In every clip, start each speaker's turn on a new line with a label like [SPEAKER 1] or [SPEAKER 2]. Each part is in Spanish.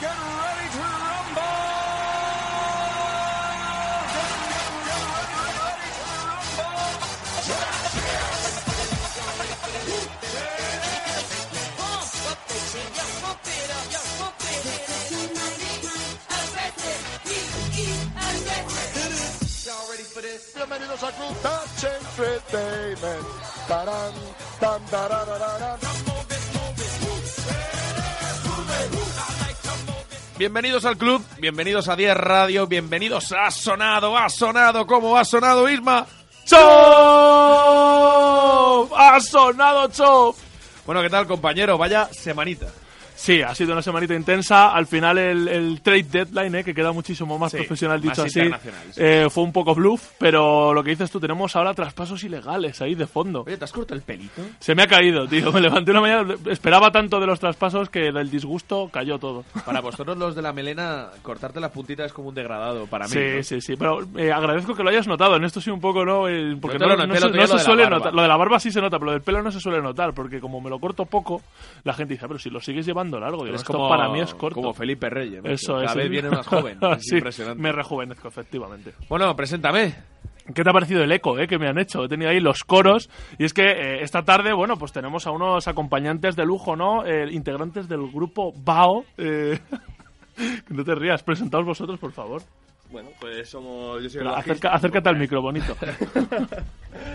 [SPEAKER 1] get ready to rumble!
[SPEAKER 2] Bienvenidos a Club Touch Entertainment. Tarán, tan, tararararán.
[SPEAKER 3] Bienvenidos al club, bienvenidos a 10 Radio, bienvenidos a Sonado, ha sonado como ha sonado Isma. ¡Chof! ¡Ha sonado Chof! Bueno, ¿qué tal compañero? Vaya semanita.
[SPEAKER 4] Sí, ha sido una semanita intensa. Al final el, el trade deadline, eh, que queda muchísimo más
[SPEAKER 3] Sí,
[SPEAKER 4] profesional
[SPEAKER 3] más
[SPEAKER 4] dicho así,
[SPEAKER 3] internacional, sí.
[SPEAKER 4] eh, fue un poco bluff, pero lo que dices tú, tenemos ahora traspasos ilegales ahí de fondo.
[SPEAKER 3] Oye, ¿te has cortado el pelito?
[SPEAKER 4] Se me ha caído, tío. Me levanté una mañana, esperaba tanto de los traspasos que del disgusto cayó todo.
[SPEAKER 3] Para vosotros los de la melena, cortarte la puntita es como un degradado para mí.
[SPEAKER 4] Sí,
[SPEAKER 3] ¿no?
[SPEAKER 4] sí, sí, pero eh, agradezco que lo hayas notado. En esto sí un poco, ¿no? Eh, porque
[SPEAKER 3] te
[SPEAKER 4] no,
[SPEAKER 3] lo
[SPEAKER 4] no
[SPEAKER 3] noté el
[SPEAKER 4] se,
[SPEAKER 3] otro
[SPEAKER 4] no
[SPEAKER 3] día, lo
[SPEAKER 4] se
[SPEAKER 3] de la
[SPEAKER 4] suele
[SPEAKER 3] barba.
[SPEAKER 4] notar. Lo de la barba sí se nota, pero lo del pelo no se suele notar, porque como me lo corto poco, la gente dice, "Ah, pero si lo sigues llevando largo, digo,
[SPEAKER 3] Es
[SPEAKER 4] esto
[SPEAKER 3] como,
[SPEAKER 4] para mí es corto.
[SPEAKER 3] Como Felipe Reyes. ¿no?
[SPEAKER 4] Eso
[SPEAKER 3] Pues Cada
[SPEAKER 4] es.
[SPEAKER 3] vez viene más joven. Es
[SPEAKER 4] Sí,
[SPEAKER 3] impresionante.
[SPEAKER 4] Me rejuvenezco, efectivamente.
[SPEAKER 3] Bueno, preséntame.
[SPEAKER 4] ¿Qué te ha parecido el eco eh, que me han hecho? He tenido ahí los coros. Y es que eh, esta tarde, bueno, pues tenemos a unos acompañantes de lujo, ¿no? Eh, integrantes del grupo BAO. eh, no te rías, presentaos vosotros, por favor.
[SPEAKER 5] Bueno, pues somos. Yo soy el
[SPEAKER 4] Pero
[SPEAKER 5] bajista.
[SPEAKER 4] acerca- acércate al micro, bonito.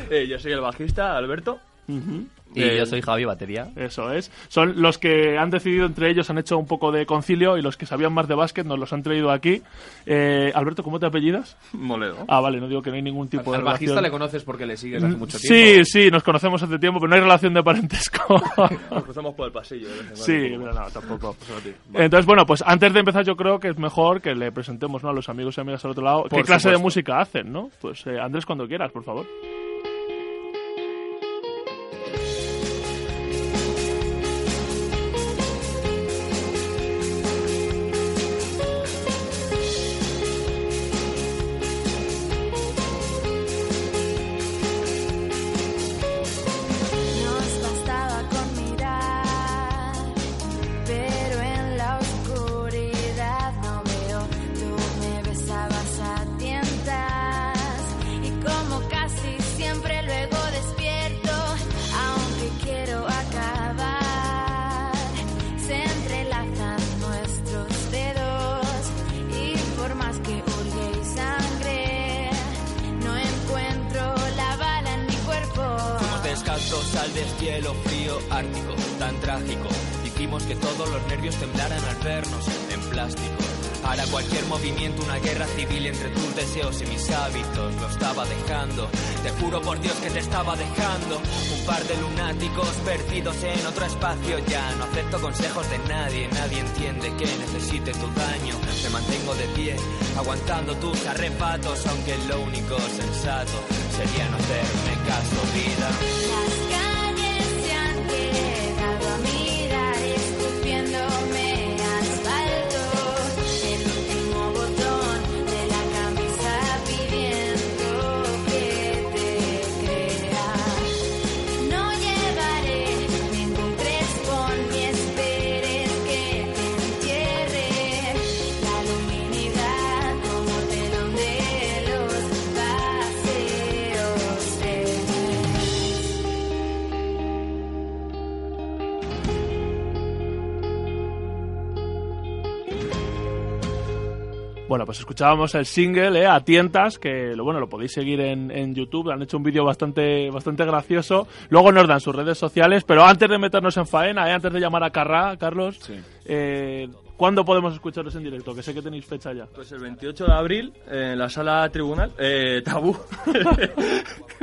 [SPEAKER 5] Eh, yo soy el bajista, Alberto.
[SPEAKER 4] Ujú.
[SPEAKER 6] Y
[SPEAKER 5] Eh,
[SPEAKER 6] yo soy Javi Batería.
[SPEAKER 4] Eso es. Son los que han decidido entre ellos, han hecho un poco de concilio y los que sabían más de básquet nos los han traído aquí. Eh, Alberto, ¿cómo te apellidas?
[SPEAKER 5] Moledo.
[SPEAKER 4] Ah, vale, no digo que no hay ningún tipo de
[SPEAKER 3] Al bajista
[SPEAKER 4] relación. Mm,
[SPEAKER 3] le conoces porque le sigues hace mucho
[SPEAKER 4] sí,
[SPEAKER 3] tiempo.
[SPEAKER 4] sí, nos conocemos hace tiempo, pero no hay relación de parentesco.
[SPEAKER 5] Nos cruzamos por el pasillo. de vez en cuando.
[SPEAKER 4] sí, pero no, tampoco.
[SPEAKER 5] Pues a ti. Vale.
[SPEAKER 4] Entonces, bueno, pues antes de empezar yo creo que es mejor que le presentemos ¿no? a los amigos y amigas al otro lado qué clase de
[SPEAKER 3] supuesto.
[SPEAKER 4] música hacen, ¿no? Pues eh, Andrés, cuando quieras, por favor.
[SPEAKER 7] Nos bastaba con mirar, pero en la oscuridad no veo. Tú me besabas a tientas y como casi siempre luego despierto, aunque quiero acabar, se entrelazan nuestros dedos y por más que hurgue y sangre, no encuentro la bala en mi cuerpo.
[SPEAKER 8] Fuimos descalzos al deshielo frío ártico, tan trágico. Hicimos que todos los nervios temblaran al vernos en plástico. Para cualquier movimiento, una guerra civil entre tus deseos y mis hábitos. Lo estaba dejando, te juro por Dios que te estaba dejando. Un par de lunáticos perdidos en otro espacio. Ya no acepto consejos de nadie, nadie entiende que necesite tu daño. Me mantengo de pie, aguantando tus arrebatos, aunque lo único sensato sería no hacerme caso, vida.
[SPEAKER 7] Las calles se han quedado a mirar, escupiéndome asfalto. El último botón de la camisa pidiendo que te crea. No llevaré ningún crespón ni esperes que te entierre. La luminidad como telón de los paseos de
[SPEAKER 4] Bueno, pues escuchábamos el single, ¿eh? A tientas, que lo bueno, lo podéis seguir en, en YouTube, han hecho un vídeo bastante, bastante gracioso. Luego nos dan sus redes sociales, pero antes de meternos en faena, ¿eh? antes de llamar a Carra, Carlos, eh, ¿cuándo podemos escucharos en directo? Que sé que tenéis fecha ya.
[SPEAKER 5] Pues el 28 de abril, eh, en la sala tribunal, eh, tabú,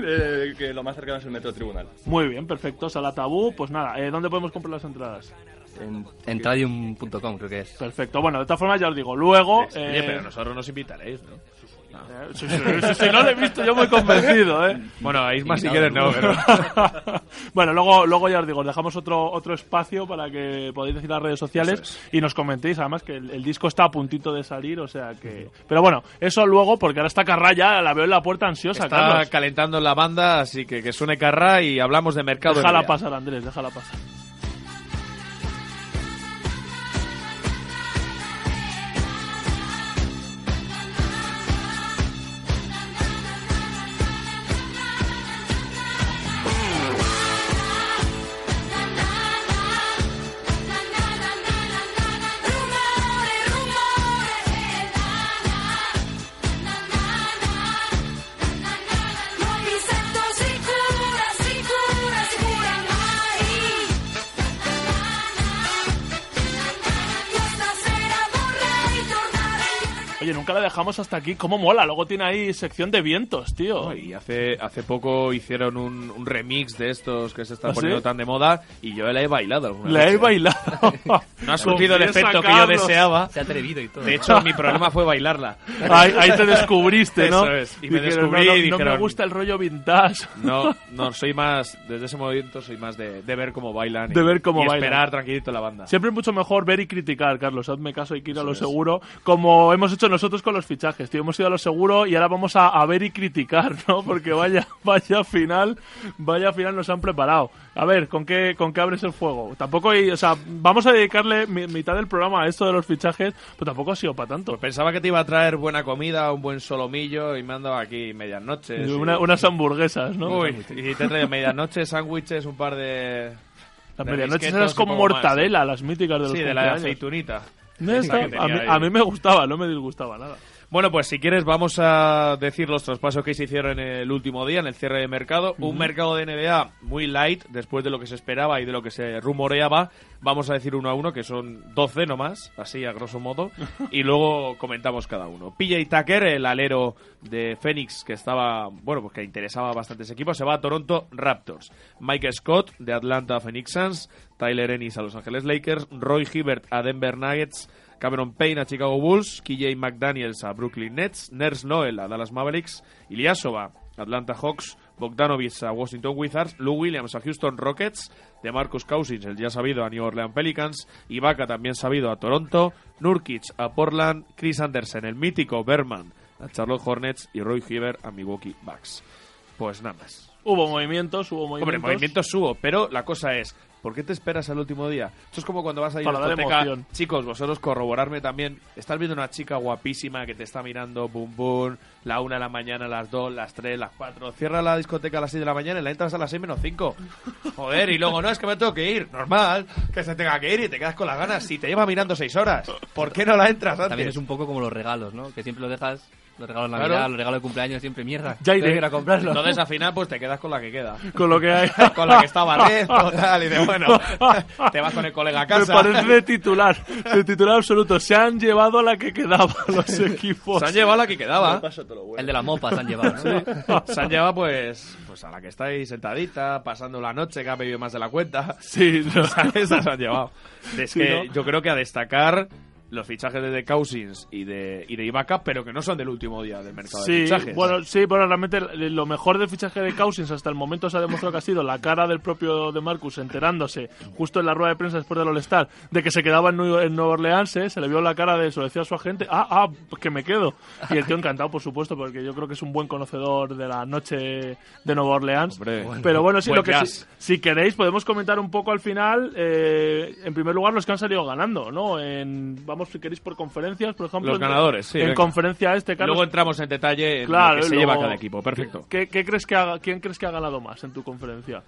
[SPEAKER 5] Eh, que lo más cercano es el metro tribunal.
[SPEAKER 4] Muy bien, perfecto, sala tabú, pues nada, eh, ¿dónde podemos comprar las entradas?
[SPEAKER 5] En-
[SPEAKER 6] Entradium.com creo que es.
[SPEAKER 4] Perfecto, bueno, de todas formas ya os digo, luego...
[SPEAKER 3] Oye,
[SPEAKER 4] eh,
[SPEAKER 3] pero nosotros nos invitaréis, ¿no?
[SPEAKER 4] eh, sí, sí, sí, sí, no lo he visto yo muy convencido, ¿eh?
[SPEAKER 3] Bueno, a Isma si
[SPEAKER 6] Invitado
[SPEAKER 3] quieres
[SPEAKER 6] del
[SPEAKER 3] no, pero...
[SPEAKER 4] bueno, luego, luego ya os digo, os dejamos otro, otro espacio para que podáis decir las redes sociales y nos comentéis. Además, que el, el disco está a puntito de salir, o sea que. Pero bueno, eso luego, porque ahora está Carraya, la veo en la puerta ansiosa,
[SPEAKER 3] Está
[SPEAKER 4] Carlos.
[SPEAKER 3] calentando la banda, así que que suene Carrá y hablamos de mercado.
[SPEAKER 4] Déjala
[SPEAKER 3] NBA.
[SPEAKER 4] pasar, Andrés, déjala pasar.
[SPEAKER 7] Las
[SPEAKER 4] Oye, nunca la dejamos hasta aquí. ¿Cómo mola? Luego tiene ahí sección de vientos, tío.
[SPEAKER 3] No, Y hace, hace poco hicieron un, un remix de estos que se están
[SPEAKER 4] ¿Ah,
[SPEAKER 3] poniendo
[SPEAKER 4] sí?
[SPEAKER 3] tan de moda y yo la he bailado alguna
[SPEAKER 4] La
[SPEAKER 3] vez.
[SPEAKER 4] he
[SPEAKER 3] ¿eh?
[SPEAKER 4] bailado.
[SPEAKER 3] No ha surgido el
[SPEAKER 4] Confiesa,
[SPEAKER 3] efecto que yo
[SPEAKER 4] Carlos.
[SPEAKER 3] deseaba.
[SPEAKER 6] Se ha atrevido y todo.
[SPEAKER 3] De hecho, mi problema fue bailarla.
[SPEAKER 4] Ahí, ahí te descubriste, ¿no?
[SPEAKER 3] Eso es. Y me
[SPEAKER 4] Dijeron,
[SPEAKER 3] descubrí
[SPEAKER 4] no, no,
[SPEAKER 3] y
[SPEAKER 4] no me
[SPEAKER 3] dijeron-
[SPEAKER 4] gusta el rollo vintage.
[SPEAKER 3] No, no, soy más, desde ese momento soy más de, de ver cómo bailan. y-
[SPEAKER 4] De ver cómo
[SPEAKER 3] y
[SPEAKER 4] bailan.
[SPEAKER 3] esperar tranquilito la banda.
[SPEAKER 4] Siempre es mucho mejor ver y criticar, Carlos. Hazme caso, hay que ir a lo seguro. Como hemos hecho nosotros con los fichajes, tío. Hemos ido a lo seguro y ahora vamos a, a ver y criticar, ¿no? Porque vaya, vaya final, vaya final nos han preparado. A ver, ¿con qué, con qué abres el fuego? Tampoco hay, o sea, vamos a dedicarle mi- mitad del programa a esto de los fichajes, pero tampoco ha sido para tanto.
[SPEAKER 3] Pensaba que te iba a traer buena comida, un buen solomillo y me han dado aquí medianoches. y-
[SPEAKER 4] Una- unas hamburguesas, ¿no?
[SPEAKER 3] Pues, eh, Uy, y te he traído medianoche, sándwiches, un par de...
[SPEAKER 4] Las
[SPEAKER 3] de
[SPEAKER 4] medianoches
[SPEAKER 3] risquetos
[SPEAKER 4] eras
[SPEAKER 3] y
[SPEAKER 4] con
[SPEAKER 3] poco más,
[SPEAKER 4] mortadela, las míticas de los
[SPEAKER 3] Sí, de la de
[SPEAKER 4] cumpleaños.
[SPEAKER 3] aceitunita.
[SPEAKER 4] No,
[SPEAKER 3] Esa
[SPEAKER 4] esta-
[SPEAKER 3] que tenía
[SPEAKER 4] a, mí,
[SPEAKER 3] ahí.
[SPEAKER 4] a mí me gustaba, no me disgustaba nada.
[SPEAKER 3] Bueno, pues si quieres vamos a decir los traspasos que se hicieron el último día en el cierre de mercado. Un mercado de NBA muy light, después de lo que se esperaba y de lo que se rumoreaba. Vamos a decir uno a uno, que son 12 nomás, así a grosso modo. y luego comentamos cada uno. PJ Tucker, el alero de Phoenix, que estaba, bueno, pues que interesaba a bastantes equipos, se va a Toronto Raptors. Mike Scott, de Atlanta a Phoenix Suns. Tyler Ennis a Los Ángeles Lakers. Roy Hibbert a Denver Nuggets. Cameron Payne a Chicago Bulls, KJ McDaniels a Brooklyn Nets, Ners Noel a Dallas Mavericks, Iliasova a Atlanta Hawks, Bogdanovich a Washington Wizards, Lou Williams a Houston Rockets, de Marcus Cousins, el ya sabido, a New Orleans Pelicans, Ibaka también sabido a Toronto, Nurkic a Portland, Chris Anderson, el mítico Berman a Charlotte Hornets y Roy Hibbert a Milwaukee Bucks. Pues nada más.
[SPEAKER 4] Hubo movimientos, hubo movimientos.
[SPEAKER 3] Hombre, movimientos subo, pero la cosa es, ¿por qué te esperas al último día? Esto es como cuando vas a ir
[SPEAKER 4] Para
[SPEAKER 3] a la
[SPEAKER 4] dar
[SPEAKER 3] discoteca.
[SPEAKER 4] emoción.
[SPEAKER 3] Chicos, vosotros corroborarme también. Estás viendo una chica guapísima que te está mirando, bum bum, la una de la mañana, las dos, las tres, las cuatro. Cierra la discoteca a las seis de la mañana y la entras a las seis menos cinco. Joder, y luego, no, es que me tengo que ir. Normal, que se tenga que ir y te quedas con las ganas. Si te lleva mirando seis horas, ¿por qué no la entras antes?
[SPEAKER 6] También es un poco como los regalos, ¿no? Que siempre los dejas, los regalos de Navidad,
[SPEAKER 3] Claro.
[SPEAKER 6] los regalos de cumpleaños, siempre mierda.
[SPEAKER 4] Ya iré.
[SPEAKER 6] Tengo que ir a comprarlo.
[SPEAKER 3] Entonces al final pues te quedas con la que queda.
[SPEAKER 4] Con lo que hay.
[SPEAKER 3] Con la que estaba barriendo, tal, y de bueno, te vas con el colega a
[SPEAKER 4] Me
[SPEAKER 3] casa.
[SPEAKER 4] parece de titular, de titular absoluto. Se han llevado a la que quedaba los equipos.
[SPEAKER 3] Se han llevado la que quedaba.
[SPEAKER 5] Pasa todo lo bueno.
[SPEAKER 6] El de la mopa se han llevado, ¿no?
[SPEAKER 3] Se han llevado pues, pues a la que estáis sentadita, pasando la noche, que ha bebido más de la cuenta.
[SPEAKER 4] Sí, no.
[SPEAKER 3] Esas se han llevado. Es
[SPEAKER 4] Sí,
[SPEAKER 3] que
[SPEAKER 4] ¿no?
[SPEAKER 3] yo creo que a destacar los fichajes de The Cousins y de, y de Ibaka, pero que no son del último día del mercado de
[SPEAKER 4] Sí,
[SPEAKER 3] fichajes.
[SPEAKER 4] bueno, sí, bueno, realmente eh, lo mejor del fichaje de Cousins hasta el momento se ha demostrado que ha sido la cara del propio de Marcus enterándose justo en la rueda de prensa después del All-Star de que se quedaba en Nue- en Nueva Orleans, eh, se le vio la cara de eso, decía a su agente, ah, ah, pues que me quedo. Y el tío encantado, por supuesto, porque yo creo que es un buen conocedor de la noche de Nueva Orleans.
[SPEAKER 3] Hombre. Bueno.
[SPEAKER 4] Pero bueno, sí,
[SPEAKER 3] Buen
[SPEAKER 4] lo que
[SPEAKER 3] jazz.
[SPEAKER 4] sí- si queréis, podemos comentar un poco al final, eh, en primer lugar, los que han salido ganando, ¿no? En, vamos, si queréis, por conferencias, por ejemplo.
[SPEAKER 3] Los
[SPEAKER 4] en-
[SPEAKER 3] ganadores, sí,
[SPEAKER 4] En
[SPEAKER 3] venga.
[SPEAKER 4] conferencia este, Carlos.
[SPEAKER 3] Luego entramos en detalle en
[SPEAKER 4] Claro,
[SPEAKER 3] lo que se
[SPEAKER 4] y luego-
[SPEAKER 3] lleva cada equipo. Perfecto.
[SPEAKER 4] ¿Qué, qué crees que ha- ¿Quién crees que ha ganado más en tu conferencia?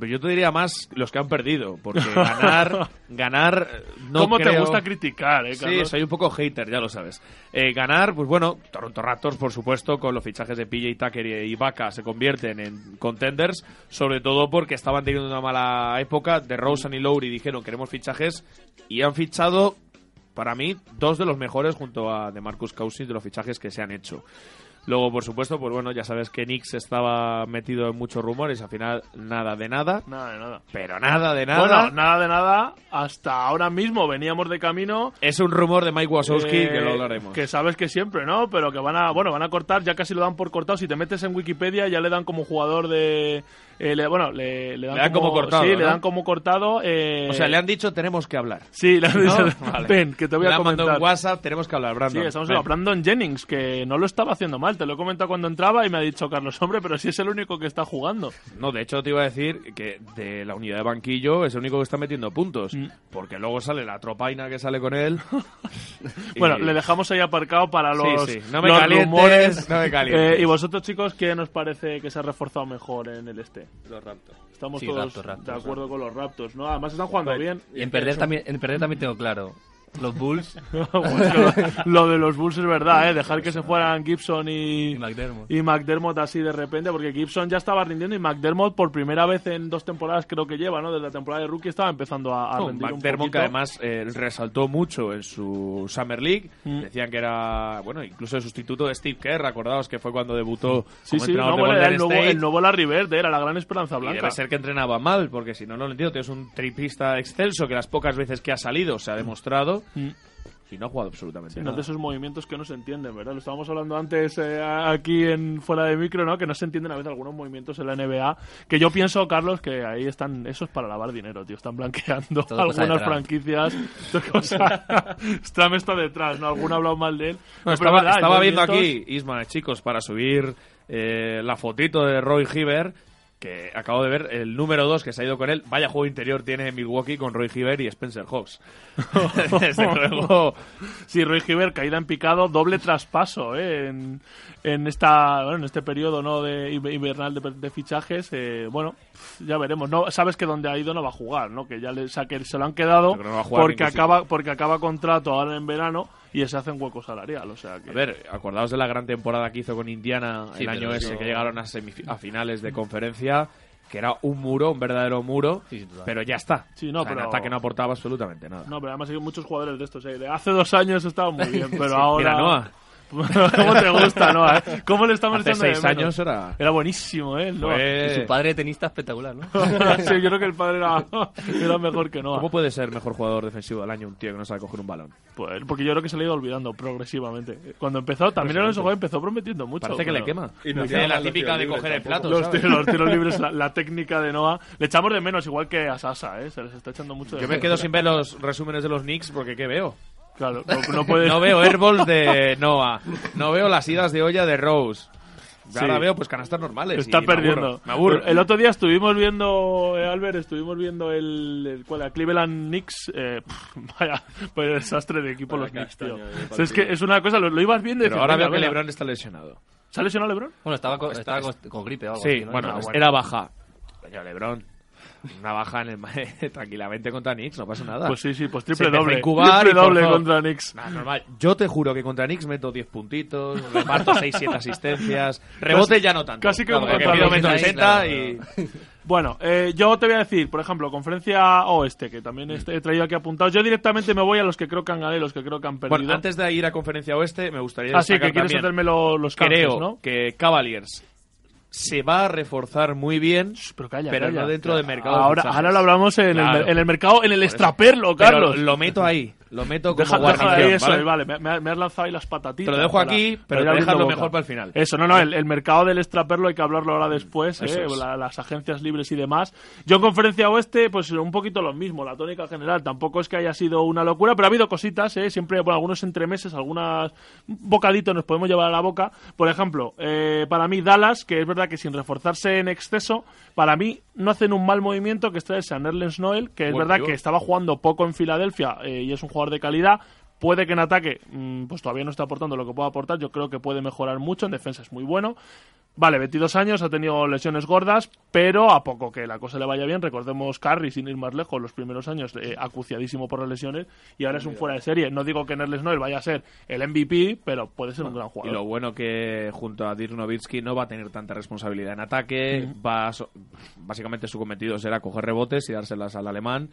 [SPEAKER 3] Yo te diría más los que han perdido, porque ganar, ganar eh, no
[SPEAKER 4] ¿Cómo te
[SPEAKER 3] creo-
[SPEAKER 4] gusta criticar, eh,
[SPEAKER 3] Sí,
[SPEAKER 4] Carlos?
[SPEAKER 3] soy un poco hater, ya lo sabes. Eh, ganar, pues bueno, Toronto Raptors, por supuesto, con los fichajes de PJ Tucker y Ibaka se convierten en contenders, sobre todo porque estaban teniendo una mala época. De Rosen y Lowry dijeron queremos fichajes y han fichado, para mí, dos de los mejores junto a de Marcus Cousins de los fichajes que se han hecho. Luego, por supuesto, pues bueno, ya sabes que Knicks estaba metido en muchos rumores, al final nada de nada,
[SPEAKER 4] Nada de nada.
[SPEAKER 3] pero nada de nada.
[SPEAKER 4] Bueno, nada de nada. Hasta ahora mismo veníamos de camino.
[SPEAKER 3] es un rumor de Mike Wazowski
[SPEAKER 4] eh,
[SPEAKER 3] que lo hablaremos.
[SPEAKER 4] que sabes que siempre, ¿no? Pero que van a, bueno, van a cortar, ya casi lo dan por cortado. Si te metes en Wikipedia, ya le dan como jugador de. eh, le- bueno, le,
[SPEAKER 3] Le dan como cortado,
[SPEAKER 4] Sí, le
[SPEAKER 3] ¿no?
[SPEAKER 4] dan como cortado. eh,
[SPEAKER 3] O sea, le han dicho tenemos que hablar.
[SPEAKER 4] Sí, le han dicho.
[SPEAKER 3] No, vale.
[SPEAKER 4] Ven, que te voy
[SPEAKER 3] Le
[SPEAKER 4] a
[SPEAKER 3] han mandado
[SPEAKER 4] comentar.
[SPEAKER 3] un WhatsApp, tenemos que hablar,
[SPEAKER 4] Sí,
[SPEAKER 3] Brandon.
[SPEAKER 4] estamos
[SPEAKER 3] Ven.
[SPEAKER 4] hablando de Brandon Jennings, que no lo estaba haciendo mal. Te lo he comentado cuando entraba y me ha dicho Carlos, hombre, pero si es el único que está jugando.
[SPEAKER 3] No, de hecho te iba a decir que de la unidad de banquillo es el único que está metiendo puntos.
[SPEAKER 4] Mm.
[SPEAKER 3] Porque luego sale la tropaina que sale con él. Y-
[SPEAKER 4] Bueno, le dejamos ahí aparcado para
[SPEAKER 3] Sí,
[SPEAKER 4] los,
[SPEAKER 3] sí. No me
[SPEAKER 4] los
[SPEAKER 3] calientes,
[SPEAKER 4] rumores.
[SPEAKER 3] no me calientes.
[SPEAKER 4] Eh, y vosotros, chicos, ¿qué nos parece que se ha reforzado mejor en el este?
[SPEAKER 5] Los Raptors.
[SPEAKER 4] Estamos
[SPEAKER 6] Sí,
[SPEAKER 4] todos
[SPEAKER 6] Raptors, Raptors,
[SPEAKER 3] Pues-
[SPEAKER 4] de acuerdo con los Raptors, ¿no? Además están jugando bien.
[SPEAKER 6] Y en perder, también, en perder también tengo claro. Los Bulls
[SPEAKER 4] Bueno, lo de los Bulls es verdad, ¿eh? Dejar que se
[SPEAKER 3] Pues-
[SPEAKER 4] fueran Gibson y,
[SPEAKER 6] y McDermott.
[SPEAKER 4] y McDermott así de repente, porque Gibson ya estaba rindiendo y McDermott por primera vez en dos temporadas creo que lleva, ¿no? Desde la temporada de rookie estaba empezando a, a
[SPEAKER 3] No,
[SPEAKER 4] rendir un
[SPEAKER 3] Oh, McDermott,
[SPEAKER 4] poquito.
[SPEAKER 3] que además eh, resaltó mucho en su Summer League.
[SPEAKER 4] Mm.
[SPEAKER 3] Decían que era, bueno, incluso el sustituto de Steve Kerr. Acordaos que fue cuando debutó
[SPEAKER 4] Sí,
[SPEAKER 3] como
[SPEAKER 4] sí,
[SPEAKER 3] entrenador
[SPEAKER 4] no,
[SPEAKER 3] de
[SPEAKER 4] bueno, era
[SPEAKER 3] Golden
[SPEAKER 4] el nuevo,
[SPEAKER 3] State.
[SPEAKER 4] el nuevo Larry Bird, era la gran esperanza
[SPEAKER 3] Y
[SPEAKER 4] blanca.
[SPEAKER 3] debe ser que entrenaba mal, porque si no, no lo entiendo. Tienes un tripista excelso que las pocas veces que ha salido se ha demostrado
[SPEAKER 4] Mm.
[SPEAKER 3] y no ha jugado absolutamente
[SPEAKER 4] Sí, no,
[SPEAKER 3] nada.
[SPEAKER 4] de esos movimientos que no se entienden, ¿verdad? Lo estábamos hablando antes eh, aquí en fuera de micro, ¿no? Que no se entienden a veces algunos movimientos en la NBA. Que yo pienso, Carlos, que ahí están, eso es para lavar dinero, tío. Están blanqueando
[SPEAKER 6] Todo cosa de
[SPEAKER 4] algunas
[SPEAKER 6] Trump.
[SPEAKER 4] franquicias. Esto es cosa- Trump está detrás, ¿no? Alguno ha hablado mal de él.
[SPEAKER 3] No,
[SPEAKER 4] Pero
[SPEAKER 3] estaba
[SPEAKER 4] es verdad, hay
[SPEAKER 3] estaba viendo
[SPEAKER 4] movimientos-
[SPEAKER 3] aquí, Isma, chicos, para subir eh, la fotito de Roy Hibbert, que acabo de ver, el número 2 que se ha ido con él. Vaya juego interior tiene Milwaukee con Roy Hibbert y Spencer Hawks. Desde luego.
[SPEAKER 4] Sí, Roy Hibbert, caída en picado, doble traspaso ¿eh? en, en esta bueno, en este periodo no de hibe- invernal de, de fichajes. eh, bueno, pf, ya veremos. No sabes que donde ha ido no va a jugar, ¿no? Que ya le, o sea, que se lo han quedado
[SPEAKER 3] Pero que no va a jugar
[SPEAKER 4] porque
[SPEAKER 3] ni que sí.
[SPEAKER 4] acaba porque acaba contrato ahora en verano y se hace un hueco salarial, o sea que
[SPEAKER 3] A ver, acordaos de la gran temporada que hizo con Indiana
[SPEAKER 6] Sí,
[SPEAKER 3] el
[SPEAKER 6] pero
[SPEAKER 3] año ese,
[SPEAKER 6] eso-
[SPEAKER 3] que llegaron a, semif- a finales de conferencia, que era un muro, un verdadero muro,
[SPEAKER 6] Sí, sin duda.
[SPEAKER 3] pero ya está.
[SPEAKER 4] Sí, no,
[SPEAKER 3] O sea, en
[SPEAKER 4] pero-
[SPEAKER 3] ataque no aportaba absolutamente nada.
[SPEAKER 4] No, pero además hay muchos jugadores de estos. ¿eh? De hace dos años estaban muy bien, pero ahora.
[SPEAKER 3] Mira, Noah.
[SPEAKER 4] ¿Cómo te gusta, Noah? eh? ¿Cómo le estamos
[SPEAKER 3] Hace
[SPEAKER 4] echando de
[SPEAKER 3] seis
[SPEAKER 4] menos?
[SPEAKER 3] años era...
[SPEAKER 4] Era buenísimo, ¿eh? el Noah.
[SPEAKER 3] fue-
[SPEAKER 6] Y su padre tenista espectacular, ¿no?
[SPEAKER 4] sí, yo creo que el padre era, era mejor que Noah.
[SPEAKER 3] ¿Cómo puede ser mejor jugador defensivo del año un tío que no sabe coger un balón?
[SPEAKER 4] Pues, porque yo creo que se le ha ido olvidando progresivamente. Cuando empezó, también era un juego empezó prometiendo mucho.
[SPEAKER 3] Parece que
[SPEAKER 4] pero-
[SPEAKER 3] le quema.
[SPEAKER 5] Y no
[SPEAKER 3] Tiene
[SPEAKER 5] tiene
[SPEAKER 3] la
[SPEAKER 5] más
[SPEAKER 3] típica
[SPEAKER 5] opción
[SPEAKER 3] de
[SPEAKER 5] libre
[SPEAKER 3] coger el plato,
[SPEAKER 5] tampoco.
[SPEAKER 4] Los,
[SPEAKER 3] ¿sabes?
[SPEAKER 4] tiros- los tiros libres, la, la técnica de Noah. Le echamos de menos, igual que a Sasa, ¿eh? Se les está echando mucho de
[SPEAKER 3] Yo me
[SPEAKER 4] menos.
[SPEAKER 3] quedo sin ver los resúmenes de los Knicks porque ¿qué veo?
[SPEAKER 4] Claro, no, no puede-
[SPEAKER 3] No veo airballs de Noah. No veo las idas de olla de Rose. Y Ahora
[SPEAKER 4] Sí.
[SPEAKER 3] veo pues canastas normales.
[SPEAKER 4] Está
[SPEAKER 3] y me
[SPEAKER 4] perdiendo.
[SPEAKER 3] aburro, Me aburro.
[SPEAKER 4] El otro día estuvimos viendo, eh, Albert, estuvimos viendo el, el- ¿cuál era? Cleveland Knicks. eh, pff, vaya, pues desastre de equipo
[SPEAKER 5] Vaya
[SPEAKER 4] los Knicks, tío.
[SPEAKER 5] castaño de
[SPEAKER 4] O sea, es que es una cosa, lo, lo ibas viendo y
[SPEAKER 3] eh,
[SPEAKER 4] decías,
[SPEAKER 3] Pero ahora
[SPEAKER 4] venga,
[SPEAKER 3] veo que
[SPEAKER 4] venga.
[SPEAKER 3] LeBron está lesionado.
[SPEAKER 4] ¿Se ha lesionado LeBron?
[SPEAKER 6] Bueno, estaba con, estaba con, con gripe o algo
[SPEAKER 3] Sí,
[SPEAKER 6] así, ¿no?
[SPEAKER 3] bueno,
[SPEAKER 6] Ah,
[SPEAKER 3] era baja. Coño, LeBron. Una baja en el ma- tranquilamente contra Knicks, no pasa nada.
[SPEAKER 4] Pues sí, sí, pues
[SPEAKER 3] Ah. Se
[SPEAKER 4] triple
[SPEAKER 3] empezó a
[SPEAKER 4] doble.
[SPEAKER 3] incubar
[SPEAKER 4] triple
[SPEAKER 3] y por
[SPEAKER 4] doble
[SPEAKER 3] favor.
[SPEAKER 4] contra Knicks.
[SPEAKER 3] Nah, normal. Yo te juro que contra Knicks meto 10 puntitos, reparto 6-7 asistencias, rebote ya no tanto.
[SPEAKER 4] casi que
[SPEAKER 3] Claro,
[SPEAKER 4] un
[SPEAKER 3] porque
[SPEAKER 4] contra
[SPEAKER 3] pido
[SPEAKER 4] los
[SPEAKER 3] meto
[SPEAKER 6] Knicks,
[SPEAKER 3] 60
[SPEAKER 6] claro,
[SPEAKER 3] y...
[SPEAKER 4] Bueno, eh, yo te voy a decir, por ejemplo, conferencia oeste, que
[SPEAKER 3] Mm.
[SPEAKER 4] también este- he traído aquí apuntado. Yo directamente me voy a los que creo que han ganado y los que creo que han perdido.
[SPEAKER 3] Bueno, antes de ir a Conferencia Oeste, me gustaría
[SPEAKER 4] Así
[SPEAKER 3] destacar
[SPEAKER 4] que quieres
[SPEAKER 3] también,
[SPEAKER 4] hacerme lo- los cambios,
[SPEAKER 3] creo
[SPEAKER 4] ¿no?
[SPEAKER 3] que Cavaliers se va a reforzar muy bien,
[SPEAKER 4] Shh, Pero calla,
[SPEAKER 3] pero
[SPEAKER 4] calla.
[SPEAKER 3] no dentro del mercado de
[SPEAKER 4] Ahora,
[SPEAKER 3] fichajes.
[SPEAKER 4] ahora lo hablamos en, el,
[SPEAKER 3] Claro.
[SPEAKER 4] mer- en el mercado, en el extraperlo,
[SPEAKER 3] Pero
[SPEAKER 4] Carlos.
[SPEAKER 3] lo meto ahí, lo meto como
[SPEAKER 4] Deja, deja
[SPEAKER 3] guarnición,
[SPEAKER 4] ahí eso,
[SPEAKER 3] ¿vale?
[SPEAKER 4] ahí, vale. Me- Me, me has lanzado ahí las patatitas.
[SPEAKER 3] Te lo dejo aquí, pero
[SPEAKER 4] ir
[SPEAKER 3] te dejas
[SPEAKER 4] abriendo
[SPEAKER 3] lo
[SPEAKER 4] boca.
[SPEAKER 3] mejor para el final.
[SPEAKER 4] Eso, no, no, el, el mercado del extraperlo hay que hablarlo ahora después,
[SPEAKER 3] Eso
[SPEAKER 4] ¿eh?
[SPEAKER 3] es.
[SPEAKER 4] La- las agencias libres y demás. Yo en conferencia oeste, pues un poquito lo mismo, la tónica general. Tampoco es que haya sido una locura, pero ha habido cositas, ¿eh? Siempre por algunos entremeses, algunas un bocadito nos podemos llevar a la boca. Por ejemplo, eh, para mí Dallas, que es verdad que sin reforzarse en exceso, para mí no hacen un mal movimiento que es traerse a Nerlens Noel, que es
[SPEAKER 3] Buen
[SPEAKER 4] verdad
[SPEAKER 3] pivot.
[SPEAKER 4] que estaba jugando poco en Filadelfia eh, y es un jugador de calidad. Puede que en ataque, mm, pues todavía no está aportando lo que puede aportar. Yo creo que puede mejorar mucho. En defensa es muy bueno. Vale, 22 años, ha tenido lesiones gordas, pero a poco que la cosa le vaya bien, recordemos Carry, sin ir más lejos, los primeros años eh, acuciadísimo por las lesiones y ahora es un fuera de serie. No digo que Nerles Noel vaya a ser el MVP, pero puede ser un gran
[SPEAKER 3] Y
[SPEAKER 4] jugador.
[SPEAKER 3] lo bueno que junto a Dirk Nowitzki no va a tener tanta responsabilidad en ataque. va a so- básicamente su cometido será coger rebotes y dárselas al alemán.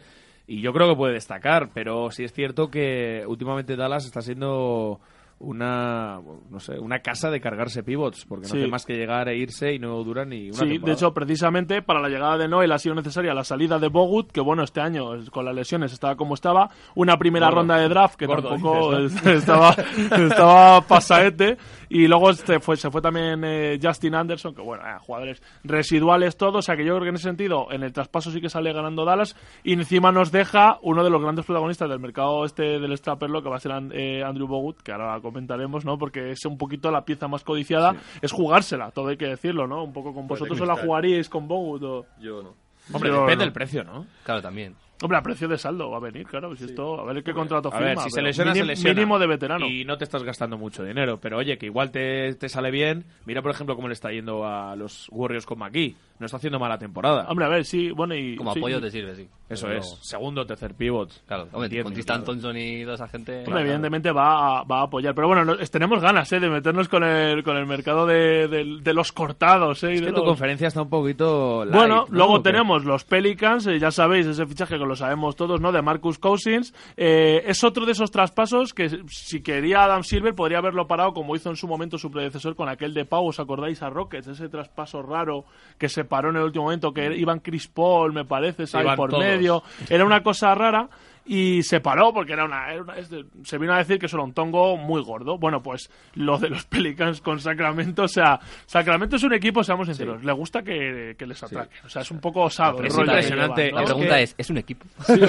[SPEAKER 3] Y yo creo que puede destacar, pero sí es cierto que últimamente Dallas está siendo una no sé, una casa de cargarse pivots, porque no
[SPEAKER 4] Sí.
[SPEAKER 3] hace más que llegar e irse y no dura ni una
[SPEAKER 4] Sí, de
[SPEAKER 3] temporada.
[SPEAKER 4] hecho, precisamente para la llegada de Noel ha sido necesaria la salida de Bogut, que bueno, este año eh, con las lesiones estaba como estaba, una primera
[SPEAKER 3] Gordo.
[SPEAKER 4] ronda de draft que
[SPEAKER 3] Gordo,
[SPEAKER 4] tampoco estaba, estaba pasaete, y luego se fue, se fue también eh, Justin Anderson, que bueno, eh, jugadores residuales todos, o sea que yo creo que en ese sentido, en el traspaso sí que sale ganando Dallas, y encima nos deja uno de los grandes protagonistas del mercado este del extraperlo, que va a ser an- eh, Andrew Bogut, que ahora comentaremos, ¿no? Porque es un poquito la pieza más codiciada, es jugársela, todo hay que decirlo, ¿no? Un poco con
[SPEAKER 5] Pues de
[SPEAKER 4] ¿Vosotros os la
[SPEAKER 5] cristal.
[SPEAKER 4] jugaríais con Bogut o...?
[SPEAKER 5] Yo no.
[SPEAKER 3] Hombre,
[SPEAKER 4] Yo
[SPEAKER 3] depende
[SPEAKER 4] no.
[SPEAKER 3] del precio, ¿no?
[SPEAKER 6] Claro, también.
[SPEAKER 4] Hombre, a precio de saldo va a venir, claro. Si esto, a ver qué contrato
[SPEAKER 3] A
[SPEAKER 4] firma.
[SPEAKER 3] ver, si se
[SPEAKER 4] pero
[SPEAKER 3] lesiona,
[SPEAKER 4] mínim-
[SPEAKER 3] se lesiona.
[SPEAKER 4] Mínimo de veterano.
[SPEAKER 3] Y no te estás gastando mucho dinero. Pero oye, que igual te, te sale bien. Mira, por ejemplo, cómo le está yendo a los Warriors con McGee. No está haciendo mala temporada.
[SPEAKER 4] Hombre, a ver, sí, bueno, y...
[SPEAKER 6] Como
[SPEAKER 4] sí,
[SPEAKER 6] apoyo
[SPEAKER 4] y-
[SPEAKER 6] te sirve, sí.
[SPEAKER 3] Eso
[SPEAKER 6] Pero
[SPEAKER 3] es. Segundo, tercer pivot.
[SPEAKER 6] Claro, hombre,
[SPEAKER 3] Diez
[SPEAKER 6] con
[SPEAKER 3] minutos.
[SPEAKER 6] Tristan Thompson y toda esa gente.
[SPEAKER 4] Hombre, evidentemente va a, va a apoyar. Pero bueno, no- es- tenemos ganas ¿eh? de meternos con el, con el mercado de, de- de los cortados. ¿eh? y
[SPEAKER 3] Es
[SPEAKER 4] de
[SPEAKER 3] que tu
[SPEAKER 4] los-
[SPEAKER 3] conferencia está un poquito. light,
[SPEAKER 4] Bueno,
[SPEAKER 3] ¿no?
[SPEAKER 4] luego
[SPEAKER 3] ¿O qué?
[SPEAKER 4] tenemos los Pelicans, eh, ya sabéis, ese fichaje que lo sabemos todos, ¿no? De Marcus Cousins. Eh, es otro de esos traspasos que si quería Adam Silver podría haberlo parado como hizo en su momento su predecesor con aquel de Pau, ¿os acordáis? A Rockets, ese traspaso raro que se paró en el último momento, que iban Chris Paul, me parece, ¿sabes?
[SPEAKER 3] Iban
[SPEAKER 4] por
[SPEAKER 3] todos.
[SPEAKER 4] medio. Era una cosa rara. Y se paró porque era una, era una- es de- se vino a decir que eso era un tongo muy gordo. Bueno, pues lo de los Pelicans con Sacramento, o sea, Sacramento es un equipo, seamos sinceros, le gusta que, que les atraque. O sea, es un poco osado. el
[SPEAKER 3] Es
[SPEAKER 4] rollo que
[SPEAKER 3] impresionante.
[SPEAKER 4] llevan, ¿no?
[SPEAKER 6] La
[SPEAKER 3] Es
[SPEAKER 6] pregunta
[SPEAKER 3] que-
[SPEAKER 6] es, ¿es un equipo?
[SPEAKER 3] Si es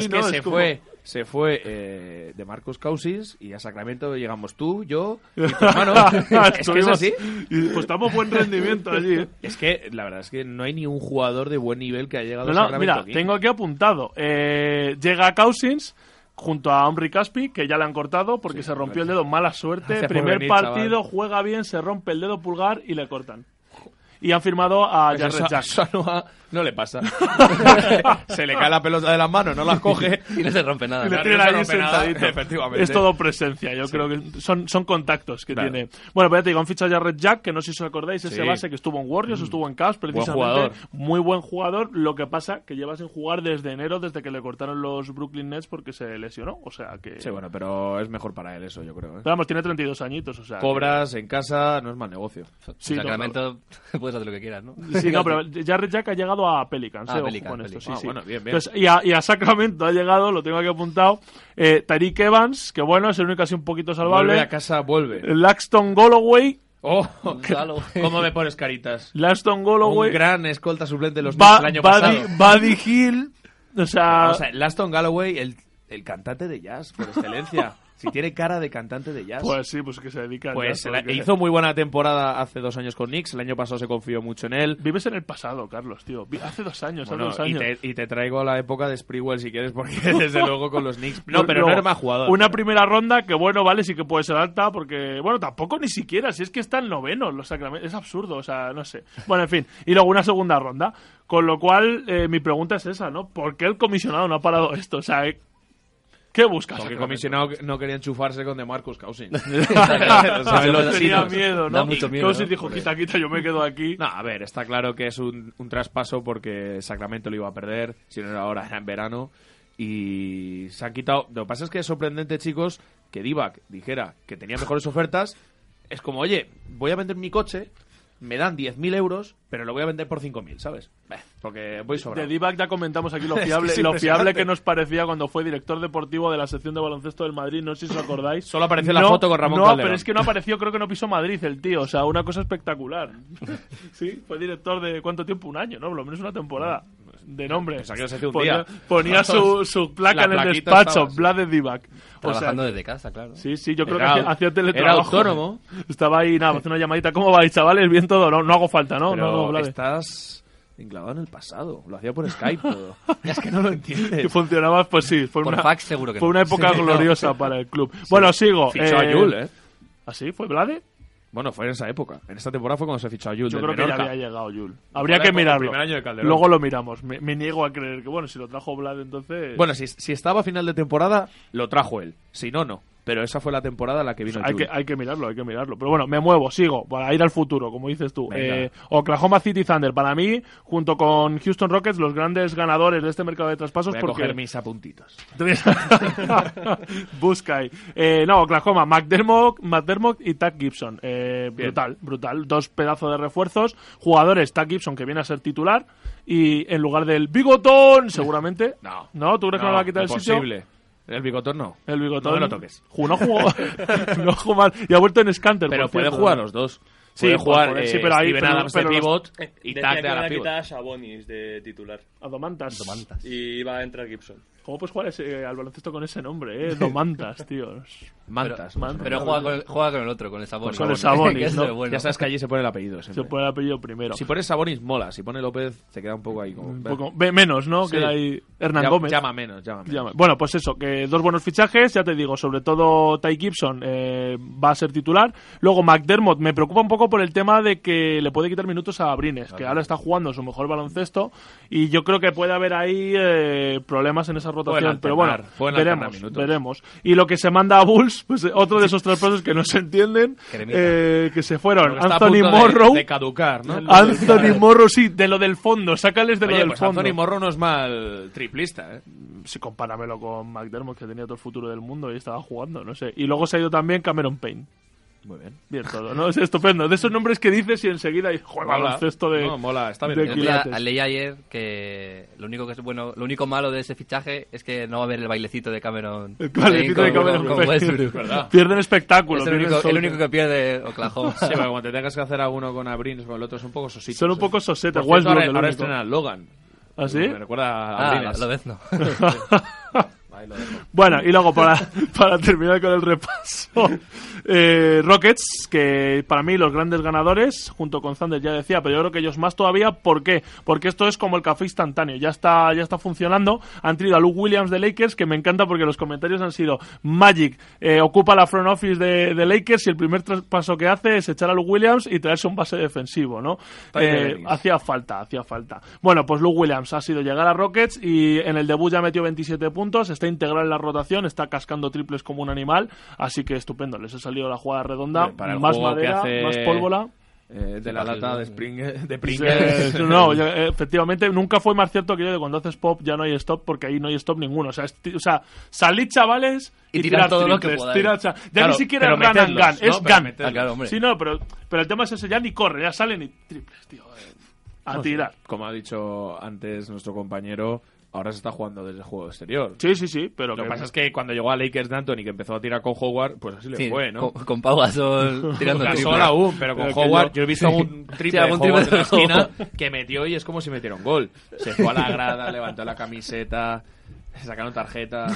[SPEAKER 4] Sí,
[SPEAKER 3] que
[SPEAKER 4] no,
[SPEAKER 3] se,
[SPEAKER 4] es como-
[SPEAKER 3] fue, se fue eh, de Marcus Cousins y a Sacramento llegamos tú, yo y tu hermano. es que es
[SPEAKER 4] Ah, Estuvimos-
[SPEAKER 3] así.
[SPEAKER 4] y pues estamos buen rendimiento allí. ¿eh?
[SPEAKER 3] Es que la verdad es que no hay ni un jugador de buen nivel que haya llegado
[SPEAKER 4] No,
[SPEAKER 3] a
[SPEAKER 4] no,
[SPEAKER 3] Sacramento.
[SPEAKER 4] mira,
[SPEAKER 3] aquí.
[SPEAKER 4] tengo aquí apuntado. Eh, llega Cousins junto a Omri Caspi, que ya le han cortado porque se rompió el dedo, mala suerte.
[SPEAKER 3] Gracias por
[SPEAKER 4] Primer
[SPEAKER 3] venir,
[SPEAKER 4] partido, juega bien, se rompe el dedo pulgar y le cortan. Y han firmado a
[SPEAKER 3] Pues
[SPEAKER 4] Jarrett
[SPEAKER 3] eso a-
[SPEAKER 4] Jack.
[SPEAKER 3] eso a Noah no le pasa. se le cae la pelota de las manos, no las coge.
[SPEAKER 6] Y no se rompe nada.
[SPEAKER 4] Y le
[SPEAKER 3] Claro,
[SPEAKER 4] tienen
[SPEAKER 3] no se
[SPEAKER 4] ahí
[SPEAKER 3] rompe nada,
[SPEAKER 4] sentadito.
[SPEAKER 3] efectivamente.
[SPEAKER 4] Es todo presencia, yo creo que son, son contactos que
[SPEAKER 3] Claro.
[SPEAKER 4] tiene. Bueno, pero ya te digo, han fichado a Red Jack, que no sé si os acordáis, ese
[SPEAKER 3] Sí. Mm.
[SPEAKER 4] base que estuvo en Warriors, estuvo en Cavs, precisamente.
[SPEAKER 3] jugador.
[SPEAKER 4] Muy buen jugador, lo que pasa que lleva sin jugar desde enero, desde que le cortaron los Brooklyn Nets porque se lesionó, o sea que...
[SPEAKER 3] Sí, bueno, pero es mejor para él eso, yo creo. ¿eh?
[SPEAKER 4] Pero vamos, tiene 32 añitos, o sea... que-
[SPEAKER 3] Cobras en casa, no es mal negocio.
[SPEAKER 4] Sí, no,
[SPEAKER 6] Sacramento puedes hacer lo que quieras, ¿no?
[SPEAKER 4] Sí, no, pero Jared Jack ha llegado a Pelicans.
[SPEAKER 6] Ah,
[SPEAKER 4] eh, ojo
[SPEAKER 6] Pelicans,
[SPEAKER 4] con esto,
[SPEAKER 6] Pelicans.
[SPEAKER 4] sí,
[SPEAKER 3] Ah,
[SPEAKER 4] sí.
[SPEAKER 3] bueno, bien, bien.
[SPEAKER 4] Entonces, y, a, y a Sacramento ha llegado, lo tengo aquí apuntado, eh, Tariq Evans, que bueno, es el único así un poquito salvable.
[SPEAKER 3] Vuelve a casa, vuelve.
[SPEAKER 4] Laxton Galloway,
[SPEAKER 3] Oh,
[SPEAKER 6] Galo.
[SPEAKER 3] ¿Cómo me pones caritas?
[SPEAKER 4] Laxton
[SPEAKER 3] Un
[SPEAKER 4] Galloway,
[SPEAKER 3] gran escolta suplente de los Knicks
[SPEAKER 4] Ba-
[SPEAKER 3] el año pasado. Ah,
[SPEAKER 4] Buddy, Buddy Hill, o sea,
[SPEAKER 3] O sea, Laston Galloway, el, el cantante de jazz, por excelencia. si tiene cara de cantante de jazz.
[SPEAKER 4] pues sí, pues que se dedica. a
[SPEAKER 3] Pues
[SPEAKER 4] eso,
[SPEAKER 3] la-
[SPEAKER 4] que-
[SPEAKER 3] hizo muy buena temporada hace dos años con Knicks. El año pasado se confió mucho en él.
[SPEAKER 4] Vives en el pasado, Carlos, tío. Vi- Hace dos años,
[SPEAKER 3] Bueno,
[SPEAKER 4] hace dos
[SPEAKER 3] y,
[SPEAKER 4] años.
[SPEAKER 3] te, y te traigo a la época de Sprewell si quieres, porque desde luego con los Knicks. No, pero no
[SPEAKER 4] Luego,
[SPEAKER 3] era más jugador.
[SPEAKER 4] Una primera ronda que, bueno, vale, sí que puede ser alta, porque, bueno, tampoco ni siquiera, si es que están novenos los Sacramento. Es absurdo, o sea, no sé. Bueno, en fin. Y luego una segunda ronda. Con lo cual, eh, mi pregunta es esa, ¿no? ¿Por qué el comisionado no ha parado esto? O sea, eh, ¿qué buscas?
[SPEAKER 3] Porque el
[SPEAKER 4] Sacramento?
[SPEAKER 3] comisionado no quería enchufarse con DeMarcus Cousins.
[SPEAKER 6] Exacto.
[SPEAKER 3] ¿Sabes?
[SPEAKER 6] Yo
[SPEAKER 3] Los
[SPEAKER 4] tenía
[SPEAKER 3] chinos.
[SPEAKER 4] miedo, ¿no?
[SPEAKER 6] Da mucho
[SPEAKER 4] Y
[SPEAKER 6] miedo,
[SPEAKER 4] Cousins
[SPEAKER 6] ¿no?
[SPEAKER 4] dijo,
[SPEAKER 6] Por
[SPEAKER 4] quita, quita, yo me quedo aquí.
[SPEAKER 3] No, a ver, está claro que es un, un traspaso porque Sacramento lo iba a perder, si no era ahora, era en verano. Y se han quitado. Lo que pasa es que es sorprendente, chicos, que Divac dijera que tenía mejores ofertas. Es como, oye, voy a vender mi coche, me dan 10.000 euros, pero lo voy a vender por 5.000, ¿sabes? Bah, Porque voy
[SPEAKER 4] De
[SPEAKER 3] sobrado.
[SPEAKER 4] Divac ya comentamos aquí lo
[SPEAKER 3] Es que es
[SPEAKER 4] fiable, lo fiable
[SPEAKER 3] impresionante.
[SPEAKER 4] que nos parecía cuando fue director deportivo de la sección de baloncesto del Madrid, no sé si os acordáis.
[SPEAKER 3] Solo apareció la foto con Ramón
[SPEAKER 4] No,
[SPEAKER 3] Calderón.
[SPEAKER 4] pero es que no apareció, creo que no pisó Madrid el tío, o sea, una cosa espectacular. sí, fue director de cuánto tiempo, un año, ¿no? Por lo menos una temporada. De nombre.
[SPEAKER 3] Pensaba que ibas a decir un
[SPEAKER 4] ponía
[SPEAKER 3] día.
[SPEAKER 4] ponía su, su placa en
[SPEAKER 3] La
[SPEAKER 4] el
[SPEAKER 3] plaquita
[SPEAKER 4] despacho,
[SPEAKER 3] estaba,
[SPEAKER 4] Vlad de Divac. O sea,
[SPEAKER 6] Trabajando desde casa, claro.
[SPEAKER 4] Sí, sí, yo creo
[SPEAKER 3] Era-
[SPEAKER 4] que hacía, hacía
[SPEAKER 3] era
[SPEAKER 4] teletrabajo.
[SPEAKER 3] autónomo.
[SPEAKER 4] Estaba ahí, nada, haciendo una llamadita. ¿Cómo vais, chavales? Bien todo. No, no hago falta, ¿no?
[SPEAKER 3] Pero
[SPEAKER 4] no, no, Vlade.
[SPEAKER 3] estás enclavado en el pasado. Lo hacía por Skype todo. es que no lo
[SPEAKER 4] que
[SPEAKER 3] entiendes.
[SPEAKER 4] funcionaba, pues sí. Fue
[SPEAKER 6] Por
[SPEAKER 4] una,
[SPEAKER 6] fax seguro que
[SPEAKER 4] Fue
[SPEAKER 6] no.
[SPEAKER 4] una época
[SPEAKER 3] Sí, no.
[SPEAKER 4] gloriosa para el club. Bueno, sigo.
[SPEAKER 3] Fichó a Yul, ¿eh?
[SPEAKER 4] ¿Así? ¿Fue Vlade?
[SPEAKER 3] Bueno, fue en esa época. En esta temporada fue cuando se fichó a Yul.
[SPEAKER 4] Yo
[SPEAKER 3] del
[SPEAKER 4] creo que ya
[SPEAKER 3] Menorca.
[SPEAKER 4] había llegado Yul. Habría
[SPEAKER 3] Ojalá
[SPEAKER 4] que
[SPEAKER 3] como el
[SPEAKER 4] mirarlo.
[SPEAKER 3] primer año de Calderón.
[SPEAKER 4] Luego lo miramos. Me, me niego a creer que, bueno, si lo trajo Vlade, entonces.
[SPEAKER 3] Bueno, si, si estaba a final de temporada, lo trajo él. Si no, no. Pero esa fue la temporada en la que vino
[SPEAKER 4] hay
[SPEAKER 3] Jul.
[SPEAKER 4] que, hay que mirarlo, hay que mirarlo. Pero bueno, me muevo, sigo, para ir al futuro, como dices tú.
[SPEAKER 3] Venga.
[SPEAKER 4] Eh, Oklahoma City Thunder, para mí, junto con Houston Rockets, los grandes ganadores de este mercado de traspasos.
[SPEAKER 3] Voy a
[SPEAKER 4] porque...
[SPEAKER 3] coger mis apuntitos.
[SPEAKER 4] Busca ahí. Eh, no, Oklahoma, McDermott, McDermott y Tack Gibson. Eh, brutal, brutal. Dos pedazos de refuerzos. Jugadores, Tack Gibson, que viene a ser titular. Y en lugar del Bigotón, seguramente.
[SPEAKER 3] No.
[SPEAKER 4] ¿No? ¿Tú crees que no le va a quitar el sitio?
[SPEAKER 3] imposible. El bigotón no.
[SPEAKER 4] El Bigotón.
[SPEAKER 3] No me lo toques.
[SPEAKER 4] Ju- No jugó. no jugó mal. Y ha vuelto en Scanter.
[SPEAKER 3] Pero
[SPEAKER 4] por
[SPEAKER 3] puede
[SPEAKER 4] cierto.
[SPEAKER 3] jugar los dos.
[SPEAKER 4] Sí,
[SPEAKER 3] puede jugar
[SPEAKER 4] puede-
[SPEAKER 3] eh,
[SPEAKER 4] sí, pero ahí-
[SPEAKER 3] Steven
[SPEAKER 4] pero-
[SPEAKER 3] Adams
[SPEAKER 4] pero
[SPEAKER 3] de
[SPEAKER 4] los-
[SPEAKER 3] pivot y
[SPEAKER 5] Decía
[SPEAKER 3] Tac
[SPEAKER 5] que
[SPEAKER 3] de
[SPEAKER 5] iban
[SPEAKER 3] la
[SPEAKER 5] a
[SPEAKER 3] pivot.
[SPEAKER 5] quitar a Sabonis de titular
[SPEAKER 4] A Domantas.
[SPEAKER 6] Domantas.
[SPEAKER 5] y iba a entrar Gibson.
[SPEAKER 4] ¿Cómo puedes jugar ese- eh, al baloncesto con ese nombre, eh? Domantas, tío.
[SPEAKER 3] Mantas.
[SPEAKER 4] Mantas.
[SPEAKER 6] Pero juega con, el- juega con el otro, con el
[SPEAKER 4] Pues
[SPEAKER 6] Sabonis.
[SPEAKER 4] Con el Sabonis,
[SPEAKER 6] Que es
[SPEAKER 4] ¿no?
[SPEAKER 6] lo bueno.
[SPEAKER 3] Ya sabes que allí se pone el apellido. siempre.
[SPEAKER 4] pues Se pone el apellido primero.
[SPEAKER 3] Si pones Sabonis, mola. Si pones López, te queda un poco ahí como.
[SPEAKER 4] Un poco- ve- menos, ¿no?
[SPEAKER 3] Sí.
[SPEAKER 4] Que ahí Hernán
[SPEAKER 3] Llama-
[SPEAKER 4] Gómez.
[SPEAKER 3] Llama menos, llama menos.
[SPEAKER 4] Llama- Bueno, pues eso, que dos buenos fichajes, ya te digo, sobre todo Ty Gibson eh, va a ser titular. Luego McDermott, me preocupa un poco por el tema de que le puede quitar minutos a Brines, que ahora está jugando su mejor baloncesto y yo creo que puede haber ahí eh, problemas en esa rotación,
[SPEAKER 3] alternar,
[SPEAKER 4] pero bueno,
[SPEAKER 3] pueden alternar
[SPEAKER 4] veremos,
[SPEAKER 3] minutos.
[SPEAKER 4] veremos. Y lo que se manda a Bulls, pues eh, otro de esos traspasos que no se entienden,
[SPEAKER 6] Cremita.
[SPEAKER 4] eh, que se fueron
[SPEAKER 3] Pero está a
[SPEAKER 4] Anthony
[SPEAKER 3] punto de-
[SPEAKER 4] Morrow,
[SPEAKER 3] De, caducar, ¿no?
[SPEAKER 4] Anthony Morrow, sí, de lo del fondo, sácales de lo
[SPEAKER 3] Oye,
[SPEAKER 4] del
[SPEAKER 3] pues
[SPEAKER 4] fondo.
[SPEAKER 3] Anthony Morrow no es mal triplista, ¿eh?
[SPEAKER 4] si compáramelo con McDermott, que tenía todo el futuro del mundo y estaba jugando, no sé. Y luego se ha ido también Cameron Payne.
[SPEAKER 3] Muy bien.
[SPEAKER 4] Bien todo, ¿no? Es estupendo. De esos nombres que dices y enseguida y juega
[SPEAKER 3] Mola.
[SPEAKER 4] al cesto de...
[SPEAKER 3] No, mola, está bien.
[SPEAKER 4] de
[SPEAKER 6] El otro día
[SPEAKER 4] quilates.
[SPEAKER 6] leí ayer que lo único que es bueno, lo único malo de ese fichaje es que no va a haber el bailecito de Cameron.
[SPEAKER 4] El bailecito
[SPEAKER 6] Payne
[SPEAKER 4] de Cameron
[SPEAKER 6] con,
[SPEAKER 4] Payne.
[SPEAKER 6] con Westbrook.
[SPEAKER 4] Pierden espectáculo.
[SPEAKER 6] Es el
[SPEAKER 4] pierden
[SPEAKER 6] único, el
[SPEAKER 4] solta.
[SPEAKER 6] único que pierde Oklahoma.
[SPEAKER 3] Sí, pero como te tengas que hacer a uno con Abrines con el otro, son un poco sositos.
[SPEAKER 4] Son un
[SPEAKER 3] ¿eh?
[SPEAKER 4] poco sosetas.
[SPEAKER 3] Por cierto,
[SPEAKER 4] Westbrook,
[SPEAKER 3] ahora,
[SPEAKER 4] el
[SPEAKER 3] ahora
[SPEAKER 4] único.
[SPEAKER 3] estrena Logan.
[SPEAKER 4] ¿Ah, sí?
[SPEAKER 3] Me recuerda a
[SPEAKER 6] Ah,
[SPEAKER 3] Abrines.
[SPEAKER 6] lo ves, no.
[SPEAKER 4] Bueno, y luego para, para terminar con el repaso, eh, Rockets, que para mí los grandes ganadores, junto con Thunder ya decía, pero yo creo que ellos más todavía, ¿por qué? Porque esto es como el café instantáneo, ya está, ya está funcionando, han tenido a Luke Williams de Lakers, que me encanta porque los comentarios han sido Magic, eh, ocupa la front office de, de Lakers y el primer traspaso que hace es echar a Luke Williams y traerse un base defensivo, ¿no?
[SPEAKER 5] Tyler
[SPEAKER 4] Eh,
[SPEAKER 5] Ennis.
[SPEAKER 4] Hacía falta, hacía falta. Bueno, pues Luke Williams ha sido llegar a Rockets y en el debut ya metió 27 puntos, está integral en la rotación, está cascando triples como un animal, así que estupendo, les ha salido la jugada redonda,
[SPEAKER 3] Hombre, para el
[SPEAKER 4] más
[SPEAKER 3] juego que
[SPEAKER 4] madera,
[SPEAKER 3] hace-
[SPEAKER 4] más pólvora.
[SPEAKER 3] Eh, de la lata de, Springer, de Pringles.
[SPEAKER 4] Eh, no, yo, eh, efectivamente, nunca fue más cierto que yo de cuando haces pop ya no hay stop porque ahí no hay stop ninguno. O sea, es ti- o sea salid chavales y,
[SPEAKER 6] Y tirad todo lo que
[SPEAKER 4] triples,
[SPEAKER 6] podáis.
[SPEAKER 4] tirad, o sea, ya
[SPEAKER 3] Claro,
[SPEAKER 4] ni siquiera
[SPEAKER 3] pero
[SPEAKER 4] es run and
[SPEAKER 3] metedlos,
[SPEAKER 4] gun,
[SPEAKER 3] ¿no?
[SPEAKER 4] es
[SPEAKER 3] Pero
[SPEAKER 4] gun.
[SPEAKER 3] metedlos.
[SPEAKER 6] Ah, claro, hombre.
[SPEAKER 4] Sí, no, pero, pero el tema es ese, ya ni corre, ya salen y triples, tío. eh, a tirar.
[SPEAKER 3] Como ha dicho antes nuestro compañero, ahora se está jugando desde el juego exterior.
[SPEAKER 4] Sí, sí, sí, pero
[SPEAKER 3] Lo que pasa es que cuando llegó a Lakers de Anthony, que empezó a tirar con Howard, pues así le
[SPEAKER 6] Sí,
[SPEAKER 3] fue, ¿no?
[SPEAKER 6] con, con Pau Gasol tirando
[SPEAKER 3] Gasol
[SPEAKER 6] triple.
[SPEAKER 3] aún, pero con
[SPEAKER 4] Pero que
[SPEAKER 3] Howard,
[SPEAKER 4] no.
[SPEAKER 3] yo he visto algún triple
[SPEAKER 6] Sí,
[SPEAKER 3] de
[SPEAKER 6] algún
[SPEAKER 3] Howard
[SPEAKER 6] triple
[SPEAKER 3] en la
[SPEAKER 6] de
[SPEAKER 3] esquina que metió y es como si metiera un gol. Se fue a la grada, levantó la camiseta, sacaron tarjeta,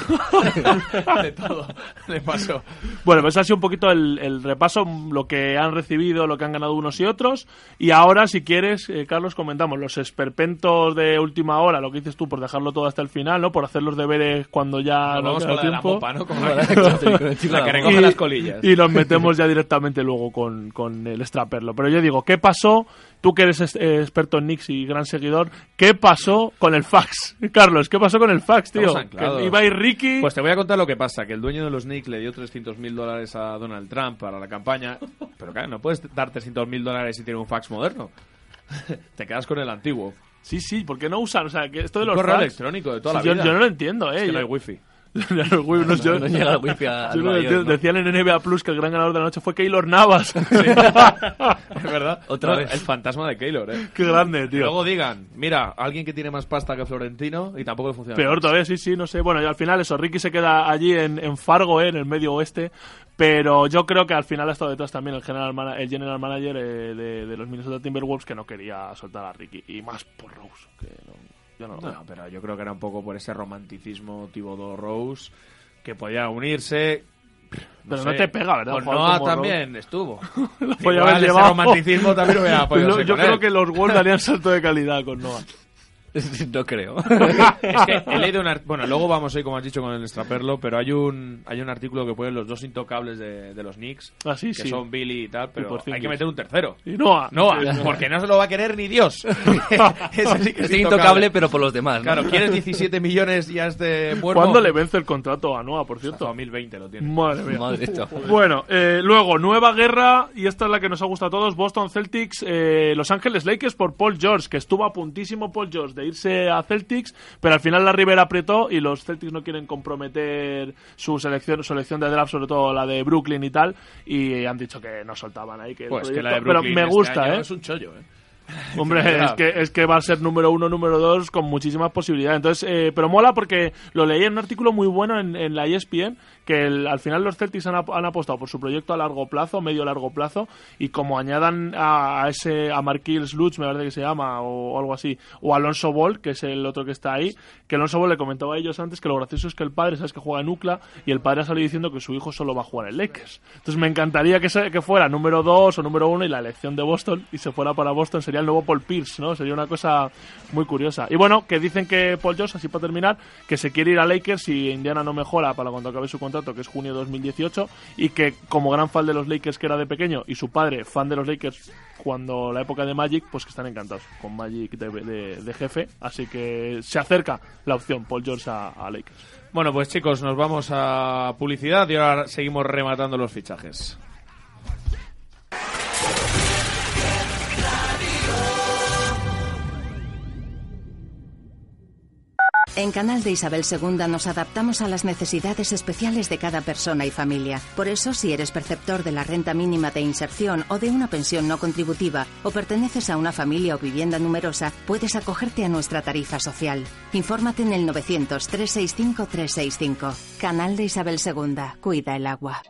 [SPEAKER 3] de todo. Le pasó.
[SPEAKER 4] Bueno, pues ha sido un poquito el, el repaso, lo que han recibido, lo que han ganado unos y otros. Y ahora, si quieres, eh, Carlos, comentamos los esperpentos de última hora, lo que dices tú por dejarlo todo hasta el final, ¿no? Por hacer los deberes cuando ya
[SPEAKER 3] Nos
[SPEAKER 4] no
[SPEAKER 3] vamos
[SPEAKER 4] queda
[SPEAKER 3] con la de la
[SPEAKER 4] tiempo.
[SPEAKER 3] popa, ¿no? Como
[SPEAKER 6] Con
[SPEAKER 3] la
[SPEAKER 6] la-
[SPEAKER 3] que,
[SPEAKER 6] con el chico- con el chico
[SPEAKER 3] la
[SPEAKER 6] de
[SPEAKER 3] que
[SPEAKER 6] la
[SPEAKER 3] recoge
[SPEAKER 4] y,
[SPEAKER 3] las colillas.
[SPEAKER 4] y los metemos ya directamente luego con, con el extraperlo. Pero yo digo, ¿qué pasó? Tú que eres es- eh, experto en Knicks y gran seguidor, ¿qué pasó con el fax? Carlos, ¿qué pasó con el fax, tío?
[SPEAKER 3] Estamos anclados.
[SPEAKER 4] Que iba a ir Ricky.
[SPEAKER 3] Pues te voy a contar lo que pasa, que el dueño de los Knicks le dio 300 mil dólares a Donald Trump para la campaña, pero claro, no puedes dar 300 mil dólares si tiene un fax moderno. Te quedas con el antiguo.
[SPEAKER 4] Sí, sí, ¿por qué no usan? O sea, que esto de los
[SPEAKER 3] correo
[SPEAKER 4] fax-
[SPEAKER 3] electrónico de toda la
[SPEAKER 4] yo,
[SPEAKER 3] vida.
[SPEAKER 4] yo no lo entiendo, eh.
[SPEAKER 3] Es que no hay
[SPEAKER 4] Yo-
[SPEAKER 3] wifi.
[SPEAKER 4] Ya no, güey, no, yo-
[SPEAKER 6] No llega el wifi a-
[SPEAKER 4] yo
[SPEAKER 6] al
[SPEAKER 4] no lo
[SPEAKER 6] mayor,
[SPEAKER 4] entiendo.
[SPEAKER 6] ¿no?
[SPEAKER 4] Decían en NBA Plus que el gran ganador de la noche fue Keylor Navas.
[SPEAKER 3] Es verdad.
[SPEAKER 6] Otra
[SPEAKER 3] No,
[SPEAKER 6] vez.
[SPEAKER 3] El fantasma de Keylor, eh.
[SPEAKER 4] Qué grande,
[SPEAKER 3] Y
[SPEAKER 4] tío.
[SPEAKER 3] luego digan, mira, alguien que tiene más pasta que Florentino y tampoco le funciona.
[SPEAKER 4] Peor todavía, sí, sí, no sé. Bueno, y al final eso, Ricky se queda allí en, en Fargo, eh, en el medio oeste. Pero yo creo que al final ha estado detrás también el general, mana- el general manager eh, de, de los Minnesota Timberwolves que no quería soltar a Ricky. Y más por Rose, que no, yo no lo veo.
[SPEAKER 3] No, pero yo creo que era un poco por ese romanticismo Thibodeau Rose que podía unirse.
[SPEAKER 4] Pero
[SPEAKER 3] sé.
[SPEAKER 4] no te pega, ¿verdad?
[SPEAKER 3] Con
[SPEAKER 4] Jugar
[SPEAKER 3] Noah
[SPEAKER 4] como Rose.
[SPEAKER 3] también estuvo.
[SPEAKER 4] podía
[SPEAKER 3] Igual
[SPEAKER 4] haber
[SPEAKER 3] ese
[SPEAKER 4] llevado.
[SPEAKER 3] romanticismo también hubiera podido
[SPEAKER 4] Yo-
[SPEAKER 3] ser
[SPEAKER 4] yo
[SPEAKER 3] con
[SPEAKER 4] creo
[SPEAKER 3] él.
[SPEAKER 4] que los Wolves darían salto de calidad con Noah.
[SPEAKER 6] no creo.
[SPEAKER 3] Es que he leído un art- Bueno, luego vamos hoy, como has dicho, con el extraperlo, pero hay un hay un artículo que ponen los dos intocables de, de los Knicks,
[SPEAKER 4] Ah, sí,
[SPEAKER 3] que
[SPEAKER 4] sí.
[SPEAKER 3] son Billy y tal, pero
[SPEAKER 4] Porzingis.
[SPEAKER 3] hay que meter un tercero.
[SPEAKER 4] Y Noah.
[SPEAKER 3] No, porque no se lo va a querer ni Dios. Ese sí que
[SPEAKER 6] Es intocable, pero por los demás. ¿no?
[SPEAKER 3] Claro, ¿quieres 17 millones y has de muerto?
[SPEAKER 4] ¿Cuándo le vence el contrato a Noah, por
[SPEAKER 3] Hasta
[SPEAKER 4] cierto?
[SPEAKER 3] 2020 lo tiene.
[SPEAKER 4] Madre mía.
[SPEAKER 6] Madre esto.
[SPEAKER 4] Bueno, eh, luego, nueva guerra, y esta es la que nos ha gustado a todos, Boston Celtics, eh, Los Ángeles Lakers por Paul George, que estuvo a puntísimo Paul George de irse a Celtics, pero al final la Rivera apretó y los Celtics no quieren comprometer su selección, su elección de draft, sobre todo la de Brooklyn y tal, y han dicho que no soltaban ahí. Que el
[SPEAKER 3] Pues que
[SPEAKER 4] proyecto-
[SPEAKER 3] la de
[SPEAKER 4] Pero
[SPEAKER 3] Brooklyn
[SPEAKER 4] me
[SPEAKER 3] este
[SPEAKER 4] gusta,
[SPEAKER 3] año
[SPEAKER 4] ¿eh?
[SPEAKER 3] Es un chollo, ¿eh?
[SPEAKER 4] Hombre, es
[SPEAKER 3] Draft.
[SPEAKER 4] que, es que va a ser número uno, número dos, con muchísimas posibilidades. Entonces, eh, pero mola porque lo leí en un artículo muy bueno en, en la ESPN, que el- al final los Celtics han, ap- han apostado por su proyecto a largo plazo, medio largo plazo, y como añadan a, a ese a Marquis Lutz, me parece que se llama, o, o algo así, o Alonso Ball, que es el otro que está ahí, que Alonso Ball le comentaba a ellos antes que lo gracioso es que el padre, sabes que juega en UCLA, y el padre ha salido diciendo que su hijo solo va a jugar en Lakers. Entonces me encantaría que, se- que fuera número 2 o número 1 y la elección de Boston y se fuera para Boston, sería el nuevo Paul Pierce, ¿no? Sería una cosa muy curiosa. Y bueno, que dicen que Paul George, así para terminar, que se quiere ir a Lakers si Indiana no mejora para cuando acabe su contrato, que es junio de 2018, y que como gran fan de los Lakers que era de pequeño y su padre fan de los Lakers cuando la época de Magic, pues que están encantados con Magic de, de- de jefe, así que se acerca la opción Paul George a, a Lakers.
[SPEAKER 3] Bueno, pues chicos, nos vamos a publicidad y ahora seguimos rematando los fichajes.
[SPEAKER 9] En Canal de Isabel II nos adaptamos a las necesidades especiales de cada persona y familia. Por eso, si eres perceptor de la renta mínima de inserción o de una pensión no contributiva o perteneces a una familia o vivienda numerosa, puedes acogerte a nuestra tarifa social. Infórmate en el 900-365-365. Canal de Isabel II. Cuida el agua.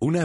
[SPEAKER 10] Una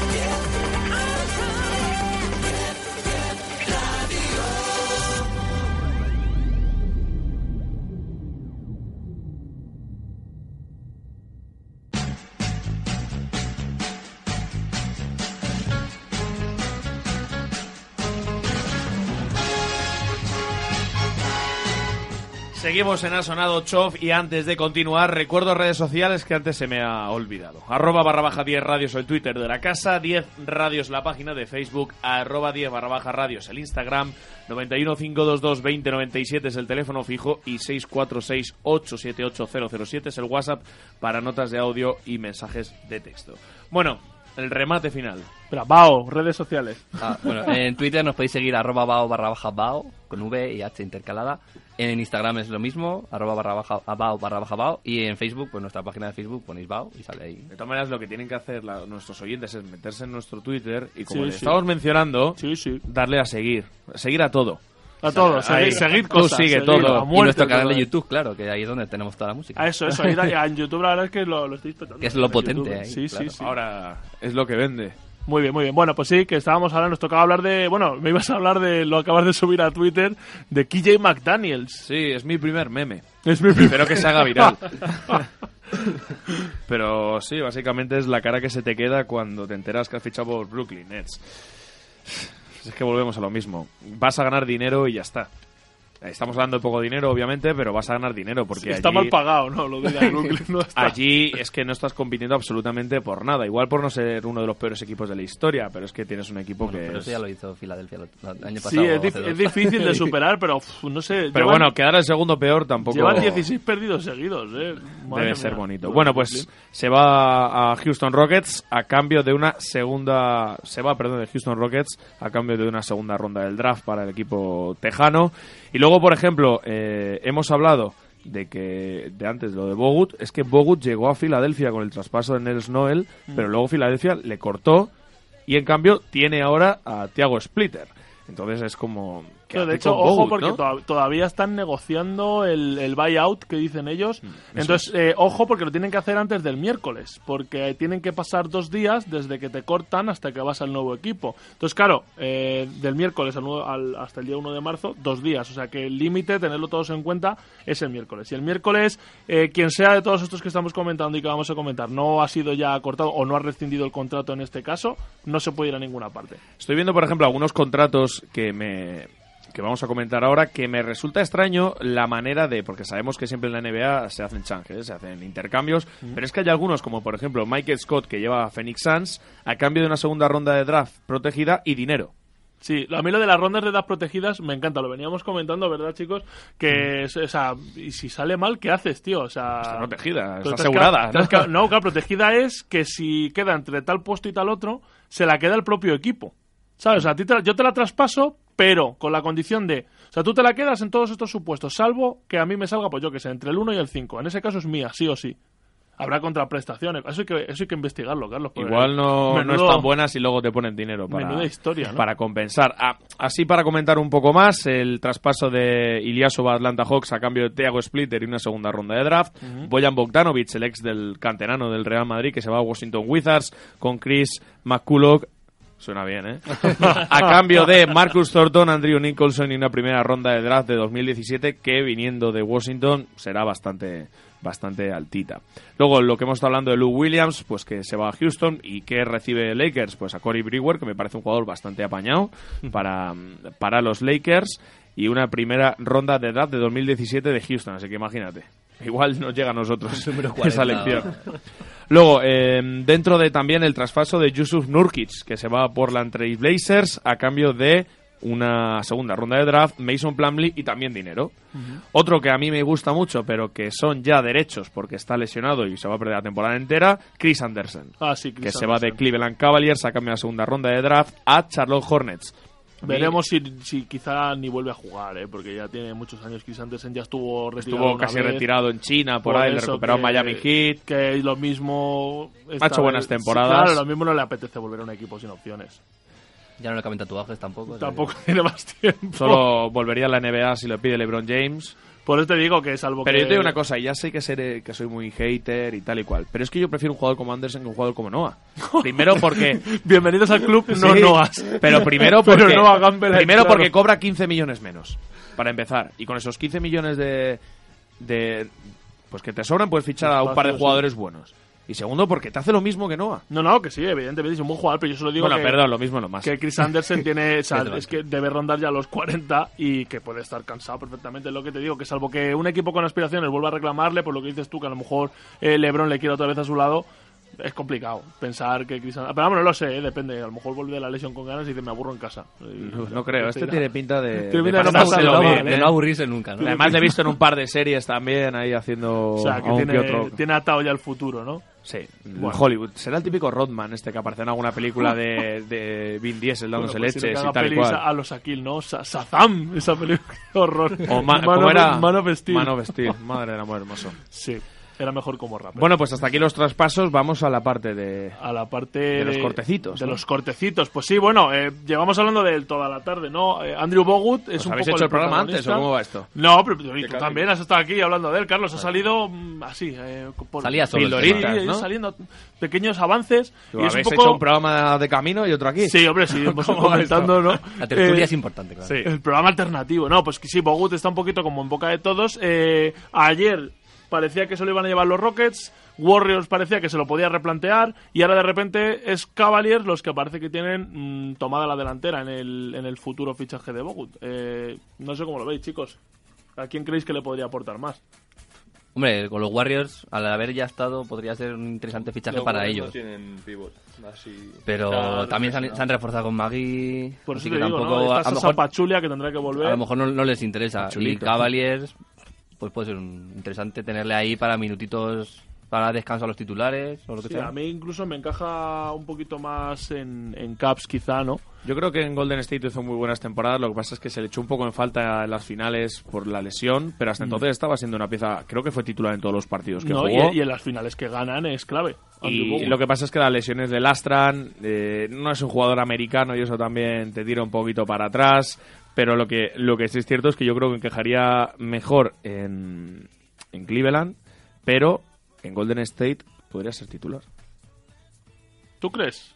[SPEAKER 7] Diez Radio.
[SPEAKER 3] Seguimos en Ha Sonado Chof y antes de continuar, recuerdo redes sociales que antes se me ha olvidado. Arroba barra baja 10 radios el Twitter de la casa, 10 radios la página de Facebook, arroba 10 barra baja radios el Instagram, 915222097 es el teléfono fijo y 646878007 es el WhatsApp para notas de audio y mensajes de texto. Bueno, el remate final.
[SPEAKER 4] Espera, Bao, redes sociales.
[SPEAKER 6] Ah, bueno, en Twitter nos podéis seguir arroba bao barra baja bao con V y H intercalada. En Instagram es lo mismo, arroba barra baja a bao barra baja bao. Y en Facebook, pues nuestra página de Facebook ponéis bao y sale ahí.
[SPEAKER 3] De todas maneras, lo que tienen que hacer la- nuestros oyentes es meterse en nuestro Twitter y como
[SPEAKER 4] Sí,
[SPEAKER 3] le
[SPEAKER 4] sí.
[SPEAKER 3] estamos mencionando, darle a seguir. Seguir a todo.
[SPEAKER 4] A todo,
[SPEAKER 3] O sea,
[SPEAKER 4] seguid-
[SPEAKER 3] ahí.
[SPEAKER 4] seguid
[SPEAKER 3] Tú
[SPEAKER 4] cosas,
[SPEAKER 3] sigue
[SPEAKER 4] seguid,
[SPEAKER 3] todo.
[SPEAKER 4] a muerte Y nuestro
[SPEAKER 6] Nuestro canal de YouTube, claro, que ahí es donde tenemos toda la música.
[SPEAKER 4] A eso, eso. ahí da- en YouTube la verdad es que lo, lo estáis petando.
[SPEAKER 6] Que es lo
[SPEAKER 4] En
[SPEAKER 6] potente
[SPEAKER 4] YouTube. ¿eh?
[SPEAKER 6] ahí,
[SPEAKER 4] Sí,
[SPEAKER 6] claro.
[SPEAKER 4] sí, sí.
[SPEAKER 3] Ahora es lo que vende.
[SPEAKER 4] Muy bien, muy bien. Bueno, pues sí, que estábamos ahora, nos tocaba hablar de. Bueno, me ibas a hablar de. Lo acabas de subir a Twitter, de KJ McDaniels.
[SPEAKER 3] Sí, es mi primer meme.
[SPEAKER 4] Es mi
[SPEAKER 3] Espero que se haga viral. Pero sí, básicamente es la cara que se te queda cuando te enteras que has fichado por Brooklyn Nets. Es que volvemos a lo mismo. Vas a ganar dinero y ya está. Eh, Estamos hablando de poco dinero, obviamente, pero vas a ganar dinero porque
[SPEAKER 4] Está
[SPEAKER 3] allí-
[SPEAKER 4] mal pagado, ¿no? Lo de ir a Brooklyn. No está.
[SPEAKER 3] Allí es que no estás compitiendo absolutamente por nada. Igual por no ser uno de los peores equipos de la historia, pero es que tienes un equipo que.
[SPEAKER 6] Pero
[SPEAKER 3] es-
[SPEAKER 6] eso ya lo hizo Filadelfia el otro- el año
[SPEAKER 4] Sí,
[SPEAKER 6] pasado.
[SPEAKER 4] es,
[SPEAKER 6] o hace
[SPEAKER 4] dif-
[SPEAKER 6] dos.
[SPEAKER 4] es difícil de superar, pero uf, no sé.
[SPEAKER 3] Pero
[SPEAKER 4] llevan-
[SPEAKER 3] bueno, quedar el segundo peor tampoco.
[SPEAKER 4] Llevan 16 perdidos seguidos, ¿eh? Madre
[SPEAKER 3] Debe ser
[SPEAKER 4] mía.
[SPEAKER 3] bonito. Bueno, pues se va a Houston Rockets a cambio de una segunda. Se va, perdón, de Houston Rockets a cambio de una segunda ronda del draft para el equipo tejano. Y luego, por ejemplo, eh, hemos hablado de que de antes lo de Bogut es que Bogut llegó a Filadelfia con el traspaso de Nels Noel,
[SPEAKER 4] Mm.
[SPEAKER 3] pero luego Filadelfia le cortó y en cambio tiene ahora a Thiago Splitter. Entonces es como que
[SPEAKER 4] Pero de hecho, ojo, porque toda- todavía están negociando el, el buyout que dicen ellos. Entonces, eh, ojo, porque lo tienen que hacer antes del miércoles. Porque tienen que pasar dos días desde que te cortan hasta que vas al nuevo equipo. Entonces, claro, eh, del miércoles al nuevo- al- hasta el día 1 de marzo, dos días. O sea que el límite, tenerlo todos en cuenta, es el miércoles. Y el miércoles, eh, quien sea de todos estos que estamos comentando y que vamos a comentar, no ha sido ya cortado o no ha rescindido el contrato en este caso, no se puede ir a ninguna parte.
[SPEAKER 3] Estoy viendo, por ejemplo, algunos contratos que me que vamos a comentar ahora que me resulta extraño la manera de porque sabemos que siempre en la NBA se hacen changes, se hacen intercambios, pero es que hay algunos como por ejemplo Michael Scott que lleva a Phoenix Suns a cambio de una segunda ronda de draft protegida y dinero.
[SPEAKER 4] Sí, a mí lo de las rondas de edad protegidas me encanta. Lo veníamos comentando, ¿verdad, chicos? Que, es- o sea, y si sale mal, ¿qué haces, tío? O sea,
[SPEAKER 3] Mm. Está protegida,
[SPEAKER 4] pero
[SPEAKER 3] está
[SPEAKER 4] te has
[SPEAKER 3] asegurada.
[SPEAKER 4] quedado- te has
[SPEAKER 3] ¿no?
[SPEAKER 4] quedado- No, claro, protegida es que si queda entre tal puesto y tal otro, se la queda el propio equipo. ¿Sabes? O sea, a ti te la- yo te la traspaso, pero con la condición de. O sea, tú te la quedas en todos estos supuestos, salvo que a mí me salga, pues yo que sé, entre el 1 y el 5. En ese caso es mía, sí o sí. Habrá contraprestaciones. Eso hay que, eso hay que investigarlo, Carlos. porque
[SPEAKER 3] Igual no, no
[SPEAKER 4] Pues, menudo-
[SPEAKER 3] es tan buena si luego te ponen dinero para,
[SPEAKER 4] Menuda historia, ¿no?
[SPEAKER 3] para compensar. Ah, así para comentar un poco más, el traspaso de Iliasova a Atlanta Hawks a cambio de Thiago Splitter y una segunda ronda de draft. Boyan Bogdanovic, el ex del canterano del Real Madrid, que se va a Washington Wizards con Chris McCulloch. Suena bien, ¿eh? a cambio de Marcus Thornton, Andrew Nicholson y una primera ronda de draft de 2017 que viniendo de Washington será bastante bastante altita. Luego lo que hemos estado hablando de Lou Williams, pues que se va a Houston y que recibe Lakers, pues a Corey Brewer, que me parece un jugador bastante apañado para, para los Lakers y una primera ronda de draft de 2017 de Houston, así que imagínate. Igual nos llega a nosotros esa
[SPEAKER 6] 40.
[SPEAKER 3] lección. Luego, eh, dentro de también el traspaso de Yusuf Nurkic, que se va a Portland Trail Blazers a cambio de una segunda ronda de draft, Mason Plumlee y también dinero. Otro que a mí me gusta mucho, pero que son ya derechos porque está lesionado y se va a perder la temporada entera, Chris Anderson,
[SPEAKER 4] Ah, sí,
[SPEAKER 3] que
[SPEAKER 4] Chris
[SPEAKER 3] se va de
[SPEAKER 4] Anderson.
[SPEAKER 3] Cleveland Cavaliers a cambio de la segunda ronda de draft a Charlotte Hornets. A mí
[SPEAKER 4] Veremos si, si quizá ni vuelve a jugar, ¿eh? porque ya tiene muchos años. Chris Andersen ya estuvo retirado.
[SPEAKER 3] Estuvo
[SPEAKER 4] una
[SPEAKER 3] casi
[SPEAKER 4] vez.
[SPEAKER 3] retirado en China, por, ahí, le
[SPEAKER 4] eso
[SPEAKER 3] recuperó
[SPEAKER 4] que-
[SPEAKER 3] Miami Heat.
[SPEAKER 4] Que lo mismo. esta
[SPEAKER 3] hecho buenas
[SPEAKER 4] vez-
[SPEAKER 3] temporadas.
[SPEAKER 4] claro, lo mismo no le apetece volver a un equipo sin opciones.
[SPEAKER 6] Ya no le caben tatuajes tampoco. o sea,
[SPEAKER 4] Tampoco tiene más tiempo.
[SPEAKER 3] Solo volvería a la NBA si lo pide LeBron James.
[SPEAKER 4] Por eso te digo que salvo
[SPEAKER 3] Pero
[SPEAKER 4] que.
[SPEAKER 3] yo te digo una cosa, y ya sé que, seré, que soy muy hater y tal y cual, pero es que yo prefiero un jugador como Anderson que un jugador como Noah. Primero porque...
[SPEAKER 4] Bienvenidos al club, no
[SPEAKER 3] Sí,
[SPEAKER 4] Noas.
[SPEAKER 3] Pero primero porque,
[SPEAKER 4] Pero Noah Gambel,
[SPEAKER 3] primero
[SPEAKER 4] claro.
[SPEAKER 3] porque cobra 15 millones menos, para empezar. Y con esos 15 millones de... de pues que te sobran, puedes fichar a un par de
[SPEAKER 4] Espacio, sí.
[SPEAKER 3] jugadores buenos. Y segundo, porque te hace lo mismo que Noah.
[SPEAKER 4] No, no, que sí, evidentemente es un buen jugador, pero yo solo digo
[SPEAKER 3] Bueno,
[SPEAKER 4] que,
[SPEAKER 3] perdón, lo mismo no más.
[SPEAKER 4] que Chris Anderson tiene, o sea,
[SPEAKER 6] Desde
[SPEAKER 4] es que debe rondar ya los 40 y que puede estar cansado perfectamente, es lo que te digo, que salvo que un equipo con aspiraciones vuelva a reclamarle, por lo que dices tú, que a lo mejor eh, LeBron le quiera otra vez a su lado, es complicado pensar que Chris Anderson... Pero vamos, no lo sé, eh, depende, a lo mejor vuelve de la lesión con ganas y dice, me aburro en casa. Y-
[SPEAKER 3] No, no creo, este
[SPEAKER 4] Te dirá.
[SPEAKER 3] tiene pinta de,
[SPEAKER 4] Tiene pinta de no
[SPEAKER 3] pasárselo
[SPEAKER 4] pasarlo
[SPEAKER 3] bien,
[SPEAKER 4] mal,
[SPEAKER 3] ¿eh?
[SPEAKER 6] De no aburrirse nunca, ¿no?
[SPEAKER 3] Además, le he visto en un par de series también ahí haciendo
[SPEAKER 4] O sea, que
[SPEAKER 3] algún
[SPEAKER 4] tiene,
[SPEAKER 3] que otro.
[SPEAKER 4] tiene atado ya el futuro, ¿no?
[SPEAKER 3] Sí, Hollywood. Será el típico Rodman este que aparece en alguna película de, de Vin Diesel dándose
[SPEAKER 4] Bueno, pues tiene que
[SPEAKER 3] leches y
[SPEAKER 4] haga
[SPEAKER 3] tal y
[SPEAKER 4] pelis
[SPEAKER 3] cual.
[SPEAKER 4] A a los Aquil, ¿no? Sa- Shazam, esa película, qué horror.
[SPEAKER 3] O ma-
[SPEAKER 4] Man
[SPEAKER 3] ¿cómo
[SPEAKER 4] of-
[SPEAKER 3] era?
[SPEAKER 4] Man of Steel.
[SPEAKER 3] Man of Steel. Madre del amor hermoso.
[SPEAKER 4] Sí, era mejor como rap.
[SPEAKER 3] Bueno, pues hasta aquí los traspasos. Vamos a la parte de...
[SPEAKER 4] a la parte
[SPEAKER 3] de los cortecitos,
[SPEAKER 4] De
[SPEAKER 3] ¿no?
[SPEAKER 4] los cortecitos, pues sí, bueno, eh, llevamos hablando de él toda la tarde, ¿no? Eh, Andrew Bogut es
[SPEAKER 3] ¿Os
[SPEAKER 4] un
[SPEAKER 3] habéis
[SPEAKER 4] poco
[SPEAKER 3] hecho el programa antes
[SPEAKER 4] protagonista.
[SPEAKER 3] o cómo va esto?
[SPEAKER 4] No, pero y tú
[SPEAKER 5] casi.
[SPEAKER 4] también has estado aquí hablando de él, Carlos. Ha salido mm, así, eh, por
[SPEAKER 6] Salía solo el
[SPEAKER 4] pildoritas,
[SPEAKER 3] tema, ¿no?
[SPEAKER 4] eh, saliendo pequeños avances. Y es un
[SPEAKER 3] ¿Habéis
[SPEAKER 4] poco...
[SPEAKER 3] hecho un programa de camino y otro aquí?
[SPEAKER 4] Sí, hombre, sí, hemos ido comentando, ¿no?
[SPEAKER 6] La tertulia
[SPEAKER 4] Eh,
[SPEAKER 6] es importante, claro.
[SPEAKER 3] sí.
[SPEAKER 4] El programa alternativo. No, pues que sí, Bogut está un poquito como en boca de todos. Eh, ayer parecía que se lo iban a llevar los Rockets. Warriors parecía que se lo podía replantear. Y ahora de repente es Cavaliers los que parece que tienen mm, tomada la delantera en el, en el futuro fichaje de Bogut. Eh, no sé cómo lo veis, chicos. ¿A quién creéis que le podría aportar más?
[SPEAKER 6] Hombre, con los Warriors, al haber ya estado, podría ser un interesante fichaje
[SPEAKER 5] Los
[SPEAKER 6] para
[SPEAKER 5] Warriors
[SPEAKER 6] ellos.
[SPEAKER 5] No tienen pivot, así.
[SPEAKER 6] Pero
[SPEAKER 5] Está
[SPEAKER 6] también se han, se han reforzado con Magui.
[SPEAKER 4] Por eso
[SPEAKER 6] así
[SPEAKER 4] te
[SPEAKER 6] que
[SPEAKER 4] digo,
[SPEAKER 6] tampoco.
[SPEAKER 4] ¿no?
[SPEAKER 6] a,
[SPEAKER 4] Está
[SPEAKER 6] lo
[SPEAKER 4] esa
[SPEAKER 6] mejor,
[SPEAKER 4] pachulia que tendrá que volver.
[SPEAKER 6] a lo mejor no, no les interesa. Y
[SPEAKER 3] Chulito.
[SPEAKER 6] Cavaliers, pues puede ser un- interesante tenerle ahí para minutitos, para descanso a los titulares o lo que
[SPEAKER 4] Sí, ah.
[SPEAKER 6] sea.
[SPEAKER 4] a mí incluso me encaja un poquito más en, en Caps, quizá, ¿no?
[SPEAKER 3] Yo creo que en Golden State hizo muy buenas temporadas. Lo que pasa es que se le echó un poco en falta en las finales por la lesión, pero hasta entonces estaba siendo una pieza. Creo que fue titular en todos los partidos que
[SPEAKER 4] Mm. No, y,
[SPEAKER 3] jugó.
[SPEAKER 4] y en las finales que ganan es clave. Andrew
[SPEAKER 3] Y
[SPEAKER 4] Bogut.
[SPEAKER 3] lo que pasa es que las lesiones le lastran, eh, no es un jugador americano y eso también te tira un poquito para atrás, pero lo que, lo que sí es cierto es que yo creo que encajaría mejor en, en Cleveland, pero en Golden State podría ser titular.
[SPEAKER 4] ¿Tú crees?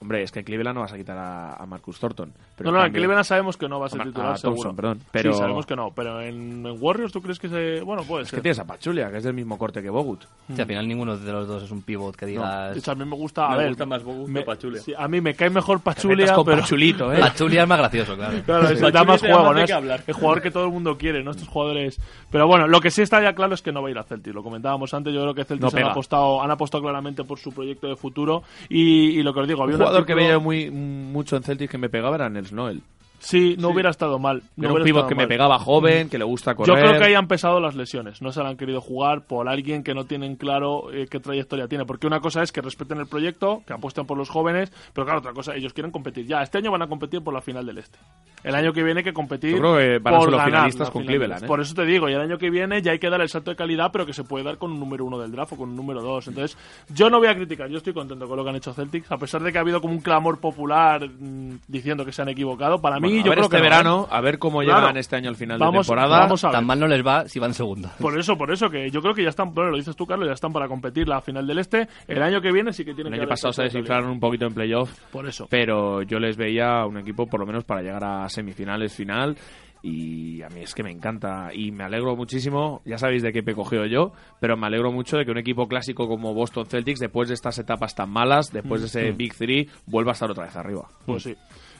[SPEAKER 3] Hombre, es que en Cleveland no vas a quitar a, a Marcus Thornton. Pero
[SPEAKER 4] no, no, en
[SPEAKER 3] cambio-
[SPEAKER 4] Cleveland sabemos que no va a ser
[SPEAKER 3] A Ma-
[SPEAKER 4] titular,
[SPEAKER 3] a Thompson,
[SPEAKER 4] seguro.
[SPEAKER 3] perdón, pero-
[SPEAKER 4] Sí, sabemos que no, pero en, en Warriors tú crees que se... Bueno, puede
[SPEAKER 3] Es
[SPEAKER 4] ser.
[SPEAKER 3] que tienes a Pachulia, que es del mismo corte que Bogut.
[SPEAKER 6] Sí, al final ninguno de los dos es un pivot que digas.
[SPEAKER 4] De hecho, a mí me gusta...
[SPEAKER 5] Me
[SPEAKER 4] a ver,
[SPEAKER 5] gusta más Bogut que
[SPEAKER 4] me-
[SPEAKER 5] Pachulia.
[SPEAKER 4] sí, a mí me cae mejor
[SPEAKER 3] Metas
[SPEAKER 4] Pachulia,
[SPEAKER 3] con
[SPEAKER 4] pero...
[SPEAKER 3] Pachulito, ¿eh?
[SPEAKER 6] Pachulia es más gracioso, claro.
[SPEAKER 4] Claro, es-
[SPEAKER 5] Pachulia
[SPEAKER 4] da más
[SPEAKER 5] te da
[SPEAKER 4] juego,
[SPEAKER 5] más de
[SPEAKER 4] ¿no?
[SPEAKER 5] qué
[SPEAKER 4] Es
[SPEAKER 5] hablar.
[SPEAKER 4] el jugador que todo el mundo quiere, ¿no? Estos jugadores... Pero bueno, lo que sí está ya claro es que no va a ir a Celtic. Lo comentábamos antes, yo creo que Celtic
[SPEAKER 3] No
[SPEAKER 4] han,
[SPEAKER 3] pega.
[SPEAKER 4] apostado, han apostado claramente por su proyecto de futuro. Y, y lo que os digo,
[SPEAKER 3] Un
[SPEAKER 4] había
[SPEAKER 3] jugador que
[SPEAKER 4] artículo-
[SPEAKER 3] veía muy, mucho en Celtic que me pegaba era Nels Noel.
[SPEAKER 4] Sí, no hubiera estado mal. No
[SPEAKER 3] Era un
[SPEAKER 4] hubiera
[SPEAKER 3] pivot
[SPEAKER 4] estado
[SPEAKER 3] que me
[SPEAKER 4] mal. Mm.
[SPEAKER 3] pegaba joven, que le gusta correr.
[SPEAKER 4] Yo creo que ahí han pesado las lesiones. No se la han querido jugar por alguien que no tienen claro eh, qué trayectoria tiene. Porque una cosa es que respeten el proyecto, que apuesten por los jóvenes, pero claro, otra cosa, ellos quieren competir ya. Este año van a competir por la final del Este. El año que viene hay que competir
[SPEAKER 3] Yo creo que van a
[SPEAKER 4] por
[SPEAKER 3] ser los
[SPEAKER 4] ganar
[SPEAKER 3] finalistas
[SPEAKER 4] la
[SPEAKER 3] con
[SPEAKER 4] final
[SPEAKER 3] Cleveland,
[SPEAKER 4] del Este.
[SPEAKER 3] ¿eh?
[SPEAKER 4] Por eso te digo, y el año que viene ya hay que dar el salto de calidad, pero que se puede dar con un número uno del draft o con un número dos. Entonces, yo no voy a criticar, yo estoy contento con lo que han hecho Celtics, a pesar de que ha habido como un clamor popular mm, diciendo que se han equivocado. Para mí,
[SPEAKER 3] Bueno,
[SPEAKER 4] yo
[SPEAKER 3] a ver
[SPEAKER 4] creo
[SPEAKER 3] este
[SPEAKER 4] que no, ¿eh?
[SPEAKER 3] verano, a ver cómo
[SPEAKER 4] Claro.
[SPEAKER 3] llegan este año al final
[SPEAKER 4] Vamos-
[SPEAKER 3] de temporada.
[SPEAKER 4] vamos a ver.
[SPEAKER 6] Tan mal no les va si van segundo.
[SPEAKER 4] Por eso, por eso, que yo creo que ya están, bueno, lo dices tú, Carlos, ya están para competir la final del Este. El año que viene sí que tienen
[SPEAKER 3] El
[SPEAKER 4] que dar
[SPEAKER 3] año pasado se
[SPEAKER 4] salto de
[SPEAKER 3] desinflaron un poquito en playoff,
[SPEAKER 4] calidad. Por eso.
[SPEAKER 3] pero yo les veía un equipo por lo menos para llegar a semifinales, final. Y a mí es que me encanta y me alegro muchísimo, ya sabéis de qué he cogido yo, pero me alegro mucho de que un equipo clásico como Boston Celtics, después de estas etapas tan malas, después de ese Big Three, vuelva a estar otra vez arriba.
[SPEAKER 4] Mm. Pues sí.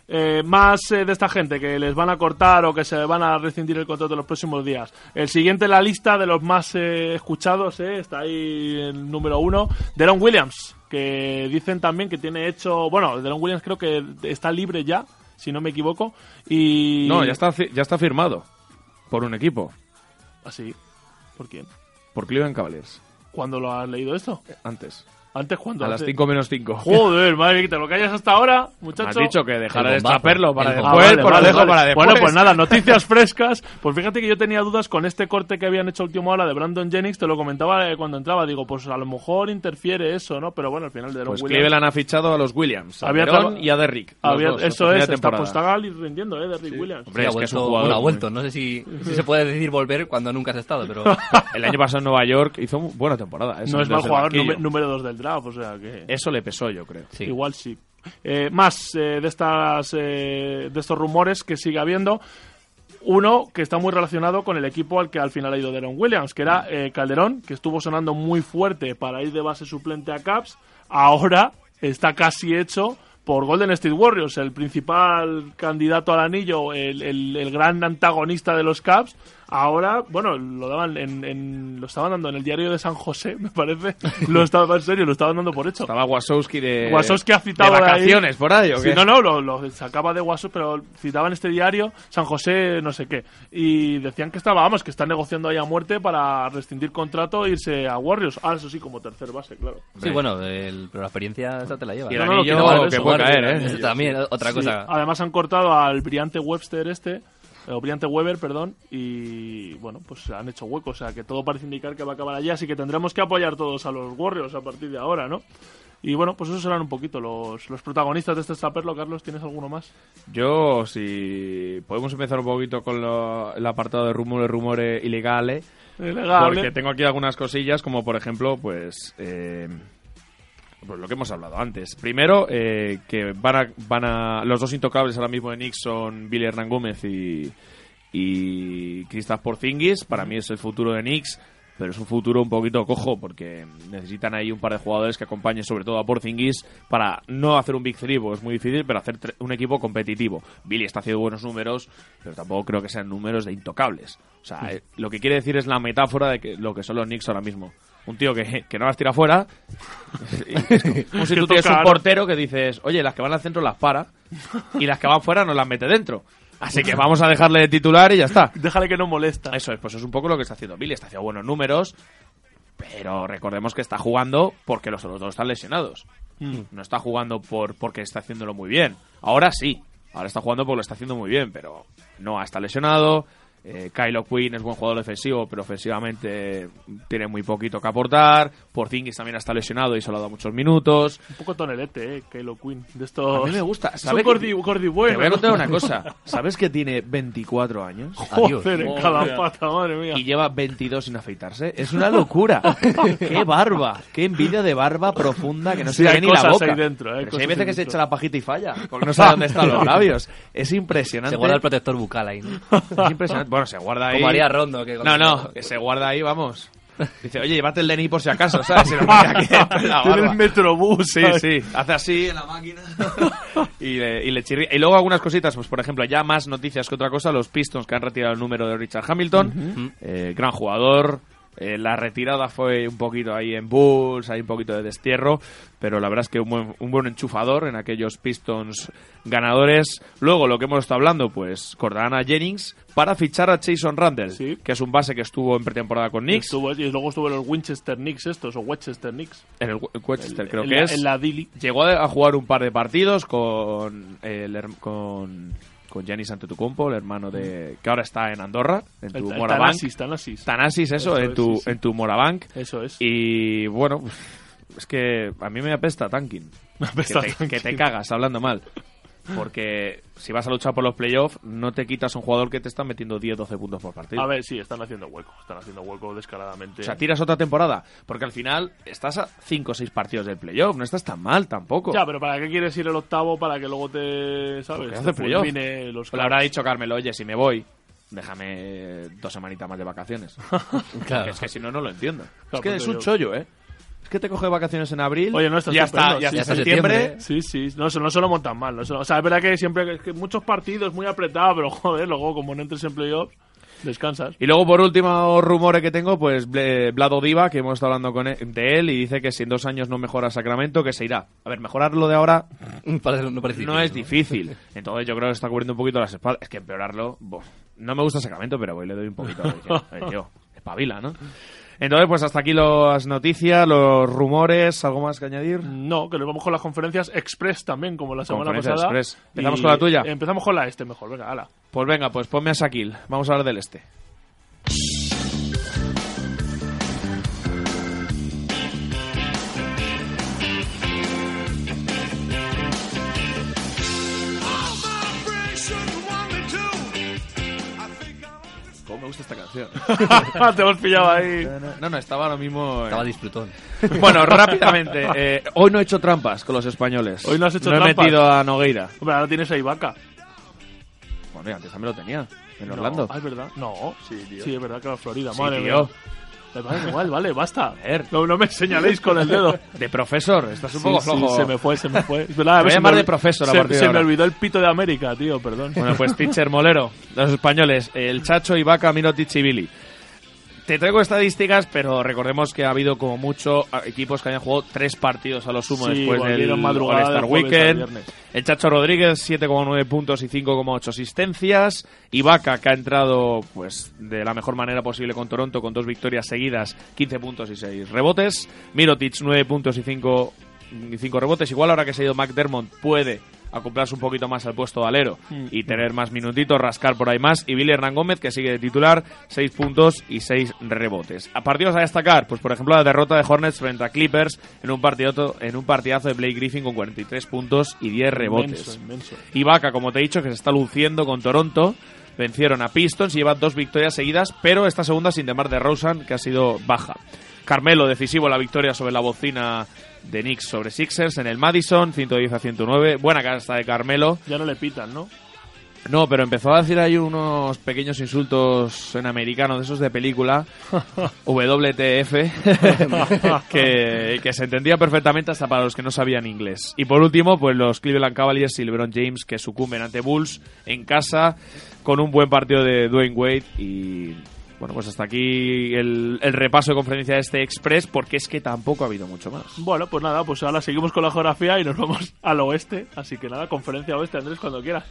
[SPEAKER 4] Eh, más eh, de esta gente que les van a cortar o que se van a rescindir el contrato en los próximos días. El siguiente en la lista de los más eh, escuchados eh, está ahí el número uno, Deron Williams, que dicen también que tiene hecho. Bueno, Deron Williams creo que está libre ya, si no me equivoco. Y.
[SPEAKER 3] No, ya está, fi- ya está firmado por un equipo,
[SPEAKER 4] Así. Ah, ¿Por quién?
[SPEAKER 3] por Cleveland Cavaliers,
[SPEAKER 4] ¿Cuándo lo has leído esto?
[SPEAKER 3] antes,
[SPEAKER 4] ¿Antes cuándo?
[SPEAKER 3] a las
[SPEAKER 4] Hace-
[SPEAKER 3] 5 menos 5.
[SPEAKER 4] Joder, madre mía, te lo callas hasta ahora,
[SPEAKER 3] Me has
[SPEAKER 4] muchacho. Ah,
[SPEAKER 3] dicho que dejará de
[SPEAKER 6] El bombazo.
[SPEAKER 3] escaparlo para
[SPEAKER 6] El
[SPEAKER 3] después,
[SPEAKER 6] bombazo.
[SPEAKER 4] vale,
[SPEAKER 3] pues lo
[SPEAKER 4] vale,
[SPEAKER 3] dejo
[SPEAKER 4] vale.
[SPEAKER 3] para después.
[SPEAKER 4] Bueno, pues nada, noticias frescas. Pues fíjate que yo tenía dudas con este corte que habían hecho a última hora de Brandon Jennings. Te lo comentaba eh, cuando entraba. Digo, pues a lo mejor interfiere eso, ¿no? Pero bueno, al final de Deron
[SPEAKER 3] Pues
[SPEAKER 4] Williams-
[SPEAKER 3] Cleveland ha fichado a los Williams, a
[SPEAKER 4] Había
[SPEAKER 3] Perón
[SPEAKER 4] traba-
[SPEAKER 3] y a Derrick. los
[SPEAKER 4] Había-
[SPEAKER 3] dos, la
[SPEAKER 4] eso
[SPEAKER 3] primera
[SPEAKER 4] es, está,
[SPEAKER 3] temporada.
[SPEAKER 4] pues, está Gali rindiendo, ¿eh? Derrick Williams.
[SPEAKER 3] Hombre,
[SPEAKER 6] Sí, ha
[SPEAKER 3] es que es un
[SPEAKER 6] vuelto-
[SPEAKER 3] jugador
[SPEAKER 6] bueno, ha
[SPEAKER 3] muy-
[SPEAKER 6] vuelto. No sé si, si se puede decir volver cuando nunca has estado, pero
[SPEAKER 3] El año pasado en Nueva York hizo mu- buena temporada. Eso
[SPEAKER 4] no es
[SPEAKER 3] desde
[SPEAKER 4] mal
[SPEAKER 3] el
[SPEAKER 4] jugador
[SPEAKER 3] banquillo.
[SPEAKER 4] nume- número dos del draft, o sea que...
[SPEAKER 3] Eso le pesó, yo creo.
[SPEAKER 6] sí.
[SPEAKER 4] Igual sí. Eh, más eh, de estas eh, de estos rumores que sigue habiendo. Uno que está muy relacionado con el equipo al que al final ha ido Deron Williams, que era eh, Calderón, que estuvo sonando muy fuerte para ir de base suplente a Caps. Ahora está casi hecho por Golden State Warriors, el principal candidato al anillo, el, el- el gran antagonista de los Caps. Ahora, bueno, lo daban en, en- lo estaban dando en el diario de San José, me parece. Lo estaba en serio, lo estaban dando por hecho.
[SPEAKER 3] Estaba Wasowski de.
[SPEAKER 4] Wasowski ha citado
[SPEAKER 3] Eh, de
[SPEAKER 4] ahí-
[SPEAKER 3] vacaciones por ahí, ¿o
[SPEAKER 4] Sí,
[SPEAKER 3] qué?
[SPEAKER 4] no, no, lo, lo sacaba de Wasowski, pero citaba en este diario San José no sé qué. Y decían que estaba, vamos, que está negociando ahí a muerte para rescindir contrato e irse a Warriors. Ah, eso sí, como tercer base, claro.
[SPEAKER 6] Sí, bueno, el- pero la experiencia esa te la lleva.
[SPEAKER 3] Y el No, no, anillo no, que puede caer, ¿eh?
[SPEAKER 6] Eso También, otra
[SPEAKER 4] Sí,
[SPEAKER 6] cosa.
[SPEAKER 4] Además han cortado al Briante Webster este, eh, o Briante Weber, perdón, y bueno, pues han hecho hueco, o sea que todo parece indicar que va a acabar allí, así que tendremos que apoyar todos a los Warriors a partir de ahora, ¿no? Y bueno, pues esos serán un poquito los, los protagonistas de este estaperlo. Carlos, ¿tienes alguno más?
[SPEAKER 3] Yo, si podemos empezar un poquito con lo- el apartado de rumores, rumores ilegales.
[SPEAKER 4] Ilegales.
[SPEAKER 3] Porque tengo aquí algunas cosillas, como por ejemplo, pues, eh, pues lo que hemos hablado antes. Primero, eh, que van a, van a. Los dos intocables ahora mismo de Knicks son Billy Hernán Gómez y, y Kristaps Porzingis. Para mí es el futuro de Knicks, pero es un futuro un poquito cojo porque necesitan ahí un par de jugadores que acompañen sobre todo a Porzingis para no hacer un Big Three, porque es muy difícil, pero hacer tre- un equipo competitivo. Billy está haciendo buenos números, pero tampoco creo que sean números de intocables. O sea, eh, lo que quiere decir es la metáfora de que, lo que son los Knicks ahora mismo. Un tío que, que no las tira fuera. Es como si
[SPEAKER 4] Que
[SPEAKER 3] tú tienes
[SPEAKER 4] tocar.
[SPEAKER 3] un portero que dices, oye, las que van al centro las para y las que van fuera no las mete dentro. Así que vamos a dejarle de titular y ya está.
[SPEAKER 4] Déjale que no molesta.
[SPEAKER 3] Eso es, pues es un poco lo que está haciendo Billy. Está haciendo buenos números, pero recordemos que está jugando porque los otros dos están lesionados. No está jugando por porque está haciéndolo muy bien. Ahora sí, ahora está jugando porque lo está haciendo muy bien, pero no está lesionado. Eh, Kylo Quinn es buen jugador defensivo, pero ofensivamente tiene muy poquito que aportar. Porzingis también está lesionado y solo ha dado muchos minutos.
[SPEAKER 4] Un poco tonelete, eh, Kylo Quinn. De estos...
[SPEAKER 3] A mí me gusta,
[SPEAKER 4] Es un
[SPEAKER 3] ¿sabe?
[SPEAKER 4] gordi, gordi bueno.
[SPEAKER 3] Te voy a
[SPEAKER 4] ¿no?
[SPEAKER 3] contar una cosa. ¿Sabes que tiene 24 años?
[SPEAKER 4] Joder, en
[SPEAKER 5] Adiós.
[SPEAKER 4] cada
[SPEAKER 5] Madre
[SPEAKER 4] pata, madre mía.
[SPEAKER 3] y lleva 22 sin afeitarse. Es una locura. qué barba, qué envidia de barba profunda que no
[SPEAKER 4] Sí,
[SPEAKER 3] se le
[SPEAKER 4] hay
[SPEAKER 3] ve ni la
[SPEAKER 4] cosas
[SPEAKER 3] boca.
[SPEAKER 4] ahí dentro, hay
[SPEAKER 3] Pero si
[SPEAKER 4] cosas
[SPEAKER 3] hay veces
[SPEAKER 4] ahí
[SPEAKER 3] que se
[SPEAKER 4] dentro.
[SPEAKER 3] echa la pajita y falla, porque no sabe dónde están los labios. Es impresionante.
[SPEAKER 6] Se guarda el protector bucal ahí, ¿no?
[SPEAKER 3] Es impresionante. Bueno, se guarda ahí.
[SPEAKER 6] Como haría Rondo. Que
[SPEAKER 3] No, no, que se guarda ahí, vamos. Dice, oye, llévate el DNI por si acaso, ¿sabes? Se lo pone aquí en la
[SPEAKER 4] Tiene
[SPEAKER 3] barba.
[SPEAKER 4] el metrobús,
[SPEAKER 3] Sí,
[SPEAKER 4] ¿sabes?
[SPEAKER 3] sí. Hace así en la máquina. y, le, y le chirría. Y luego algunas cositas, pues por ejemplo, ya más noticias que otra cosa, los Pistons que han retirado el número de Richard Hamilton. Eh, gran jugador. Eh, la retirada fue un poquito ahí en Bulls, hay un poquito de destierro, pero la verdad es que un buen, un buen enchufador en aquellos Pistons ganadores. Luego, lo que hemos estado hablando, pues Cordana Jennings para fichar a Jason Randall,
[SPEAKER 4] Sí.
[SPEAKER 3] que es un base que estuvo en pretemporada con Knicks,
[SPEAKER 4] Estuvo- y luego estuvo los Winchester Knicks estos, o Westchester Knicks.
[SPEAKER 3] en el Westchester creo
[SPEAKER 4] en
[SPEAKER 3] que
[SPEAKER 4] la,
[SPEAKER 3] es.
[SPEAKER 4] En la D-League.
[SPEAKER 3] Llegó a a jugar un par de partidos con el herm- con con Giannis Antetokounmpo, el hermano de que ahora está en Andorra, en tu
[SPEAKER 4] Mm. El- el
[SPEAKER 3] Morabank.
[SPEAKER 4] Thanasis, Thanasis.
[SPEAKER 3] Thanasis, eso,
[SPEAKER 4] Eso
[SPEAKER 3] en
[SPEAKER 4] es,
[SPEAKER 3] tu
[SPEAKER 4] sí, sí.
[SPEAKER 3] en tu Morabank
[SPEAKER 4] Eso es.
[SPEAKER 3] y bueno, es que a mí me apesta Tankin.
[SPEAKER 4] Me apesta
[SPEAKER 3] que, te, que te
[SPEAKER 4] Tankin.
[SPEAKER 3] cagas hablando mal. Porque si vas a luchar por los playoffs, no te quitas un jugador que te está metiendo 10-12 puntos por partido.
[SPEAKER 4] A ver, sí, están haciendo hueco. Están haciendo hueco descaradamente.
[SPEAKER 3] O sea, tiras otra temporada. Porque al final estás a 5 o 6 partidos del playoff. No estás tan mal tampoco.
[SPEAKER 4] ya, pero ¿para qué quieres ir el octavo para que luego te, ¿sabes?
[SPEAKER 3] Porque
[SPEAKER 4] Te
[SPEAKER 3] hace playoff.
[SPEAKER 4] Pues fulmine los
[SPEAKER 3] Pues le habrá dicho Carmelo, oye, si me voy, déjame eh, dos semanitas más de vacaciones.
[SPEAKER 6] Claro.
[SPEAKER 3] Es que si no, no lo entiendo. es
[SPEAKER 4] Claro,
[SPEAKER 3] que
[SPEAKER 4] pues
[SPEAKER 3] es
[SPEAKER 4] te
[SPEAKER 3] un
[SPEAKER 4] digo.
[SPEAKER 3] chollo, ¿eh? Es que te coge vacaciones en abril.
[SPEAKER 4] Oye, no, está
[SPEAKER 3] ya
[SPEAKER 4] estupendo,
[SPEAKER 3] está, ya
[SPEAKER 4] sí,
[SPEAKER 3] está
[SPEAKER 6] sí.
[SPEAKER 3] septiembre.
[SPEAKER 6] Septiembre.
[SPEAKER 4] Sí, sí, no, se- no se lo montan mal. no se lo- o sea, es verdad que siempre es que muchos partidos muy apretados, pero joder, luego como no entres en playoffs, descansas.
[SPEAKER 3] Y luego, por último, rumores que tengo, pues Ble- Vlado Diva, que hemos estado hablando con él- de él, y dice que si en dos años no mejora Sacramento, que se irá. A ver, mejorar lo de ahora
[SPEAKER 6] Parece- no parece
[SPEAKER 3] no es difícil. Entonces yo creo que está cubriendo un poquito las espaldas. Es que empeorarlo, bof. no me gusta Sacramento, pero voy le doy un poquito. de- Oye, tío, espabila, ¿no? Entonces, pues hasta aquí las noticias, los rumores, algo más que añadir.
[SPEAKER 4] No, que nos vamos con las conferencias express también, como la semana
[SPEAKER 3] Conferencias
[SPEAKER 4] pasada.
[SPEAKER 3] express. ¿Empezamos
[SPEAKER 4] Y-
[SPEAKER 3] con la tuya?
[SPEAKER 4] Empezamos con la este mejor, venga, ala.
[SPEAKER 3] Pues venga, pues ponme a Sakil. Vamos a hablar del este. ¿Cómo me gusta esta canción?
[SPEAKER 4] Te hemos pillado ahí.
[SPEAKER 3] No, no, estaba lo mismo. en-
[SPEAKER 6] Estaba disfrutón.
[SPEAKER 3] Bueno, rápidamente. eh, hoy no he hecho trampas con los españoles.
[SPEAKER 4] Hoy no has hecho
[SPEAKER 3] no
[SPEAKER 4] trampas.
[SPEAKER 3] he metido a Nogueira.
[SPEAKER 4] Hombre, ahora tienes a Ibaka.
[SPEAKER 3] Bueno, y antes también lo tenía.
[SPEAKER 11] en
[SPEAKER 4] No,
[SPEAKER 11] Orlando.
[SPEAKER 4] ah, es verdad. No. Sí,
[SPEAKER 11] tío.
[SPEAKER 4] es verdad que era Florida.
[SPEAKER 3] Sí,
[SPEAKER 4] madre
[SPEAKER 3] tío.
[SPEAKER 4] mía. Me parece igual, vale, basta. No, no me señaléis con el dedo.
[SPEAKER 3] De profesor, estás un
[SPEAKER 4] Sí,
[SPEAKER 3] poco
[SPEAKER 4] sí,
[SPEAKER 3] flojo.
[SPEAKER 4] se me fue, se me fue. Es
[SPEAKER 3] Te
[SPEAKER 4] verdad, a ver,
[SPEAKER 3] voy a
[SPEAKER 4] se
[SPEAKER 3] llamar
[SPEAKER 4] me
[SPEAKER 3] de
[SPEAKER 4] olvi-
[SPEAKER 3] profesor a
[SPEAKER 4] se-
[SPEAKER 3] partir de
[SPEAKER 4] Se me
[SPEAKER 3] ahora.
[SPEAKER 4] olvidó el pito de América, tío, perdón.
[SPEAKER 3] Bueno, pues teacher Molero, los españoles, el Chacho, Ibaka, Minotic y Billy. Te traigo estadísticas, pero recordemos que ha habido como mucho a- equipos que hayan jugado tres partidos a lo sumo
[SPEAKER 4] Sí,
[SPEAKER 3] después del
[SPEAKER 4] volvieron madrugada
[SPEAKER 3] All-Star
[SPEAKER 4] del jueves al
[SPEAKER 3] Weekend.
[SPEAKER 4] viernes.
[SPEAKER 3] El Chacho Rodríguez, 7,9 puntos y 5,8 asistencias. Ibaka, que ha entrado pues de la mejor manera posible con Toronto, con dos victorias seguidas, 15 puntos y 6 rebotes. Mirotic, 9 puntos y 5, y 5 rebotes. Igual ahora que se ha ido McDermott, puede acoplarse un poquito más al puesto de alero
[SPEAKER 4] Mm.
[SPEAKER 3] y tener más minutitos, rascar por ahí más. Y Billy Hernán Gómez, que sigue de titular, 6 puntos y 6 rebotes. A partidos a destacar, pues por ejemplo la derrota de Hornets frente a Clippers en un, partidazo, en un partidazo de Blake Griffin con 43 puntos y 10 rebotes.
[SPEAKER 4] Inmenso, inmenso.
[SPEAKER 3] Ibaka, como te he dicho, que se está luciendo con Toronto. Vencieron a Pistons y lleva dos victorias seguidas, pero esta segunda sin Demar de Rosen, que ha sido baja. Carmelo, decisivo en la victoria sobre la bocina de Knicks sobre Sixers en el Madison, 110 a 109. Buena canasta de Carmelo.
[SPEAKER 4] Ya no le pitan, ¿no?
[SPEAKER 3] No, pero empezó a decir ahí unos pequeños insultos en americano, de esos de película, WTF, que, que se entendía perfectamente hasta para los que no sabían inglés. Y por último, pues los Cleveland Cavaliers y LeBron James que sucumben ante Bulls en casa con un buen partido de Dwayne Wade y... Bueno, pues hasta aquí el, el repaso de conferencia de este Express, porque es que tampoco ha habido mucho más.
[SPEAKER 4] Bueno, pues nada, pues ahora seguimos con la geografía y nos vamos al oeste. Así que nada, conferencia oeste, Andrés, cuando quieras.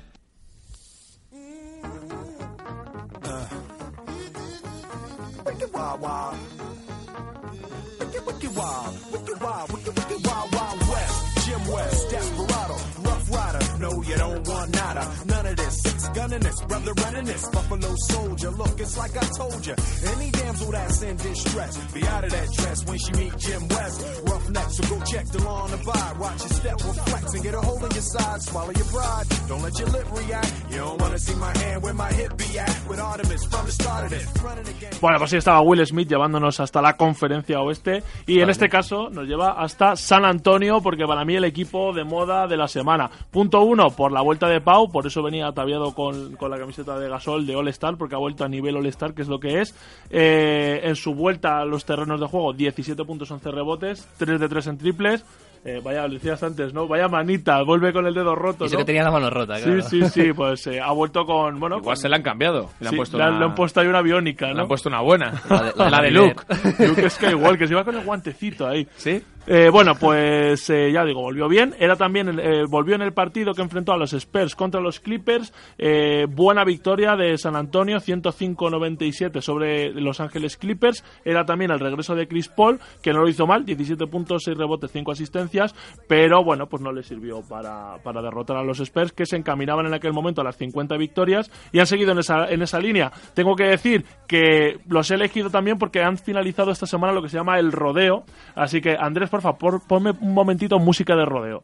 [SPEAKER 4] Bueno, pues ahí estaba Will Smith llevándonos hasta la conferencia oeste y en este caso nos lleva hasta San Antonio porque para mí el equipo de moda de la semana. Punto uno, por la vuelta de Pau, por eso venía ataviado con, con la camiseta de Gasol de All Star porque ha vuelto a nivel All Star, que es lo que es. Eh, en su vuelta a los terrenos de juego, 17 puntos, 11 rebotes, 3 de 3 en triples. Eh, vaya, lo decías antes, ¿no? Vaya manita, vuelve con el dedo roto.
[SPEAKER 6] Y
[SPEAKER 4] Pues
[SPEAKER 6] eso
[SPEAKER 4] ¿no?
[SPEAKER 6] que tenía la mano rota,
[SPEAKER 4] Sí,
[SPEAKER 6] claro.
[SPEAKER 4] sí, sí, pues eh, ha vuelto con, bueno,
[SPEAKER 3] Igual
[SPEAKER 4] con-
[SPEAKER 3] se la han cambiado. Le han
[SPEAKER 4] Sí,
[SPEAKER 3] puesto
[SPEAKER 4] le han-
[SPEAKER 3] una-
[SPEAKER 4] le han puesto ahí una biónica, ¿no?
[SPEAKER 3] le han puesto una buena.
[SPEAKER 6] La de- la de Miller.
[SPEAKER 3] Luke.
[SPEAKER 4] Luke Skywalker, se iba con el guantecito ahí.
[SPEAKER 3] ¿Sí?
[SPEAKER 4] Eh, bueno, pues eh, ya digo, volvió bien. Era también el- eh, volvió en el partido que enfrentó a los Spurs contra los Clippers. Eh, buena victoria de San Antonio, 105-97 sobre Los Ángeles Clippers. Era también el regreso de Chris Paul, que no lo hizo mal, 17 puntos, 6 rebotes, 5 asistencias, pero bueno, pues no le sirvió para, para derrotar a los Spurs, que se encaminaban en aquel momento a las 50 victorias y han seguido en esa, en esa línea. Tengo que decir que los he elegido también porque han finalizado esta semana lo que se llama el rodeo. Así que, Andrés, por favor, ponme un momentito música de rodeo.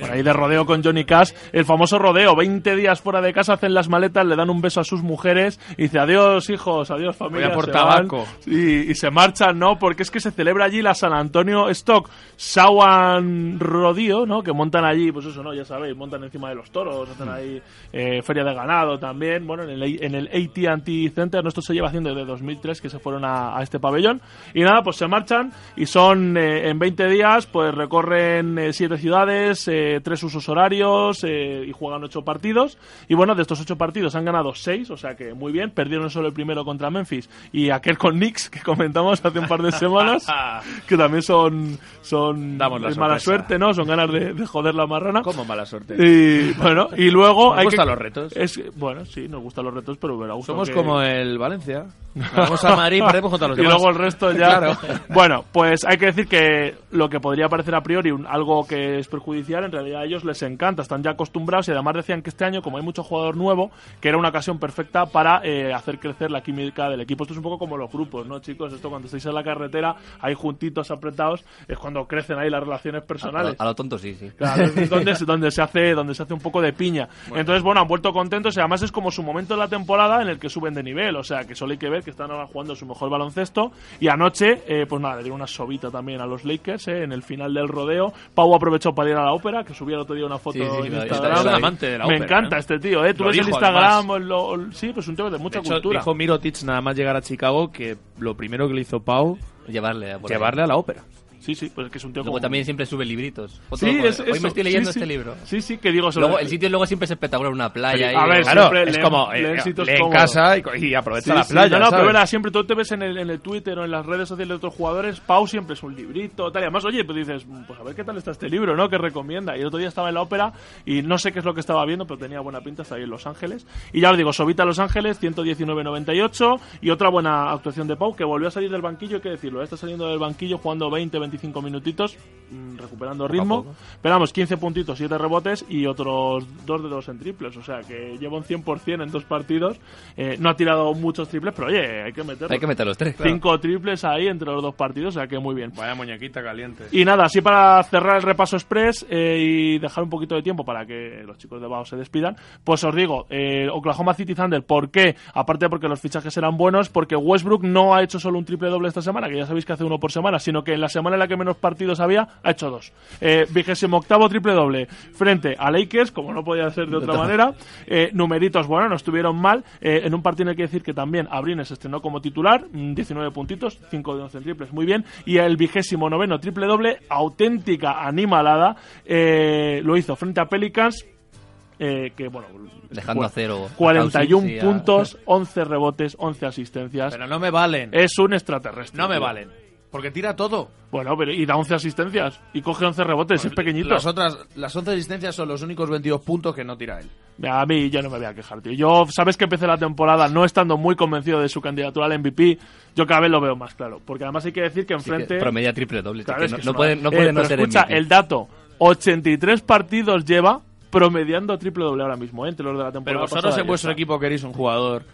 [SPEAKER 4] Por ahí de rodeo con Johnny Cash, el famoso rodeo. 20 días fuera de casa, hacen las maletas, le dan un beso a sus mujeres y dice adiós, hijos, adiós, familia.
[SPEAKER 3] Voy a por
[SPEAKER 4] se
[SPEAKER 3] tabaco.
[SPEAKER 4] y, y se marchan, ¿no? Porque es que se celebra allí la San Antonio Stock Sawan Rodeo, ¿no? Que montan allí, pues eso, ¿no? Ya sabéis, montan encima de los toros, hacen
[SPEAKER 3] Mm.
[SPEAKER 4] ahí eh, feria de ganado también. Bueno, en el, en el ATT Center, ¿no? esto se lleva haciendo desde 2003 que se fueron a, a este pabellón. Y nada, pues se marchan y son eh, en 20 días, pues recorren eh, siete ciudades, eh, tres usos horarios eh, y juegan ocho partidos. Y bueno, de estos ocho partidos han ganado seis, o sea que muy bien. Perdieron solo el primero contra Memphis y aquel con Knicks que comentamos hace un par de semanas, que también son, son
[SPEAKER 3] Damos la
[SPEAKER 4] es mala
[SPEAKER 3] sorpresa.
[SPEAKER 4] suerte, ¿no? Son ganas de, de joder la marrana.
[SPEAKER 3] ¿Cómo mala suerte?
[SPEAKER 4] Y bueno, y luego
[SPEAKER 3] Nos
[SPEAKER 4] hay
[SPEAKER 3] gustan
[SPEAKER 4] que-
[SPEAKER 3] los retos.
[SPEAKER 4] Es, bueno, sí, nos gustan los retos, pero me gusta
[SPEAKER 3] Somos
[SPEAKER 4] que-
[SPEAKER 3] como el Valencia. Vamos a Madrid y perdemos contra los
[SPEAKER 4] y
[SPEAKER 3] demás.
[SPEAKER 4] luego el resto ya.
[SPEAKER 3] Claro.
[SPEAKER 4] Bueno, pues hay que decir que lo que podría parecer a priori un- algo que es perjudicial, en realidad a ellos les encanta, están ya acostumbrados y además decían que este año, como hay mucho jugador nuevo, que era una ocasión perfecta para eh, hacer crecer la química del equipo. Esto es un poco como los grupos, ¿no, chicos? Esto cuando estáis en la carretera, ahí juntitos, apretados, es cuando crecen ahí las relaciones
[SPEAKER 6] A lo,
[SPEAKER 4] personales.
[SPEAKER 6] a lo tonto, sí, sí.
[SPEAKER 4] Claro, es donde, se- donde se hace donde se hace un poco de piña. Entonces, bueno, han vuelto contentos y además es como su momento de la temporada en el que suben de nivel, o sea, que solo hay que ver vez, que están ahora jugando su mejor baloncesto. Y anoche, eh, pues nada, le dieron una sobita también a los Lakers eh, en el final del rodeo. Pau aprovechó para ir a la ópera, que subí el otro día una foto
[SPEAKER 6] Sí, sí,
[SPEAKER 4] en
[SPEAKER 6] lo-
[SPEAKER 4] Instagram.
[SPEAKER 6] es un amante de la
[SPEAKER 4] Me
[SPEAKER 6] ópera,
[SPEAKER 4] encanta
[SPEAKER 6] ¿eh?
[SPEAKER 4] este tío, ¿eh? Tú
[SPEAKER 3] Lo
[SPEAKER 4] ves el
[SPEAKER 3] dijo,
[SPEAKER 4] Instagram, lo- lo- sí, pues un tío de mucha
[SPEAKER 3] De hecho,
[SPEAKER 4] cultura.
[SPEAKER 3] dijo Mirotic nada más llegar a Chicago que lo primero que le hizo Pau,
[SPEAKER 6] Llevarle a por ahí.
[SPEAKER 3] llevarle a la ópera.
[SPEAKER 4] Sí, sí, pues es que es un tío
[SPEAKER 6] Luego
[SPEAKER 4] como-
[SPEAKER 6] también siempre sube libritos. Otro,
[SPEAKER 4] Sí,
[SPEAKER 6] joder,
[SPEAKER 4] es-
[SPEAKER 6] Hoy
[SPEAKER 4] eso,
[SPEAKER 6] me estoy
[SPEAKER 4] sí,
[SPEAKER 6] leyendo
[SPEAKER 4] sí.
[SPEAKER 6] este libro.
[SPEAKER 4] Sí, sí, que digo sobre
[SPEAKER 6] Luego, el sitio luego siempre es espectacular, una
[SPEAKER 4] A
[SPEAKER 6] playa. ahí,
[SPEAKER 4] ver,
[SPEAKER 6] luego-
[SPEAKER 4] Claro,
[SPEAKER 3] Claro,
[SPEAKER 4] Siempre
[SPEAKER 3] es
[SPEAKER 4] leen-
[SPEAKER 3] como eh,
[SPEAKER 4] leen sitios
[SPEAKER 3] lee en
[SPEAKER 4] cómodos.
[SPEAKER 3] casa y, co- y aprovecha
[SPEAKER 4] Sí,
[SPEAKER 3] la
[SPEAKER 4] sí,
[SPEAKER 3] playa.
[SPEAKER 4] no, no,
[SPEAKER 3] ¿sabes?
[SPEAKER 4] pero verás, siempre tú te ves en el, en el Twitter o en las redes sociales de otros jugadores, Pau siempre es un librito, tal y además, oye, pues dices, "Mm, pues a ver qué tal está este libro, ¿no? ¿Qué recomienda? Y el otro día estaba en la ópera y no sé qué es lo que estaba viendo, pero tenía buena pinta, estaba ahí en Los Ángeles. Y ya os digo, Sobita Los Ángeles, 119.98 y otra buena actuación de Pau, que volvió a salir del banquillo, hay que decirlo, ¿eh? está saliendo del banquillo jugando 20, 25 minutitos, mm, recuperando ritmo. Esperamos 15 puntitos, 7 rebotes y otros 2 de 2 en triples, o sea que lleva un 100% en dos partidos. Eh, no ha tirado muchos triples, pero oye, hay que meterlo.
[SPEAKER 6] Hay que meter los tres. claro.
[SPEAKER 4] Cinco triples ahí entre los dos partidos, o sea que muy bien.
[SPEAKER 3] Vaya muñequita caliente.
[SPEAKER 4] Y nada, así para cerrar el repaso express eh, y dejar un poquito de tiempo para que los chicos de Bao se despidan, pues os digo, eh, Oklahoma City Thunder, ¿por qué? Aparte porque los fichajes eran buenos, porque Westbrook no ha hecho solo un triple doble esta semana, que ya sabéis que hace uno por semana, sino que en la semana en la que menos partidos había, ha hecho dos. Eh, Vigésimo octavo triple doble frente a Lakers, como no podía ser de otra manera. Eh, numeritos, bueno, no estuvieron mal. Eh, en un partido hay que decir que también Abrines se estrenó como titular, mm, 19 puntitos, 5 de 11 en triples, muy bien. Y el vigésimo noveno triple doble, auténtica animalada, eh, lo hizo frente a Pelicans. eh, que bueno,
[SPEAKER 6] Dejando
[SPEAKER 4] cua-
[SPEAKER 6] a cero a
[SPEAKER 4] 41
[SPEAKER 6] Cousins y a-
[SPEAKER 4] puntos, 11 rebotes, 11 asistencias.
[SPEAKER 3] Pero no me valen.
[SPEAKER 4] es un extraterrestre.
[SPEAKER 3] no me
[SPEAKER 4] tío.
[SPEAKER 3] valen. Porque tira todo. Pues,
[SPEAKER 4] Bueno, pero y da 11 asistencias y coge 11 rebotes, es pequeñito.
[SPEAKER 3] Las otras, las 11 asistencias son los únicos 22 puntos que no tira él.
[SPEAKER 4] A mí yo no me voy a quejar, tío. Yo, sabes que empecé la temporada no estando muy convencido de su candidatura al MVP. Yo cada vez lo veo más claro. Porque además hay que decir que
[SPEAKER 6] Sí, que
[SPEAKER 4] enfrente.
[SPEAKER 6] Promedia triple doble.
[SPEAKER 4] Claro,
[SPEAKER 6] que
[SPEAKER 4] es
[SPEAKER 6] no,
[SPEAKER 4] que es
[SPEAKER 6] no
[SPEAKER 4] una-
[SPEAKER 6] puede, no,
[SPEAKER 4] Eh,
[SPEAKER 6] puede no
[SPEAKER 4] pero
[SPEAKER 6] ser
[SPEAKER 4] escucha,
[SPEAKER 6] MVP.
[SPEAKER 4] el dato: 83 partidos lleva promediando triple doble ahora mismo, ¿eh? entre los de la temporada.
[SPEAKER 3] Pero vosotros
[SPEAKER 4] pasada
[SPEAKER 3] en
[SPEAKER 4] y
[SPEAKER 3] vuestro
[SPEAKER 4] esta.
[SPEAKER 3] equipo queréis un jugador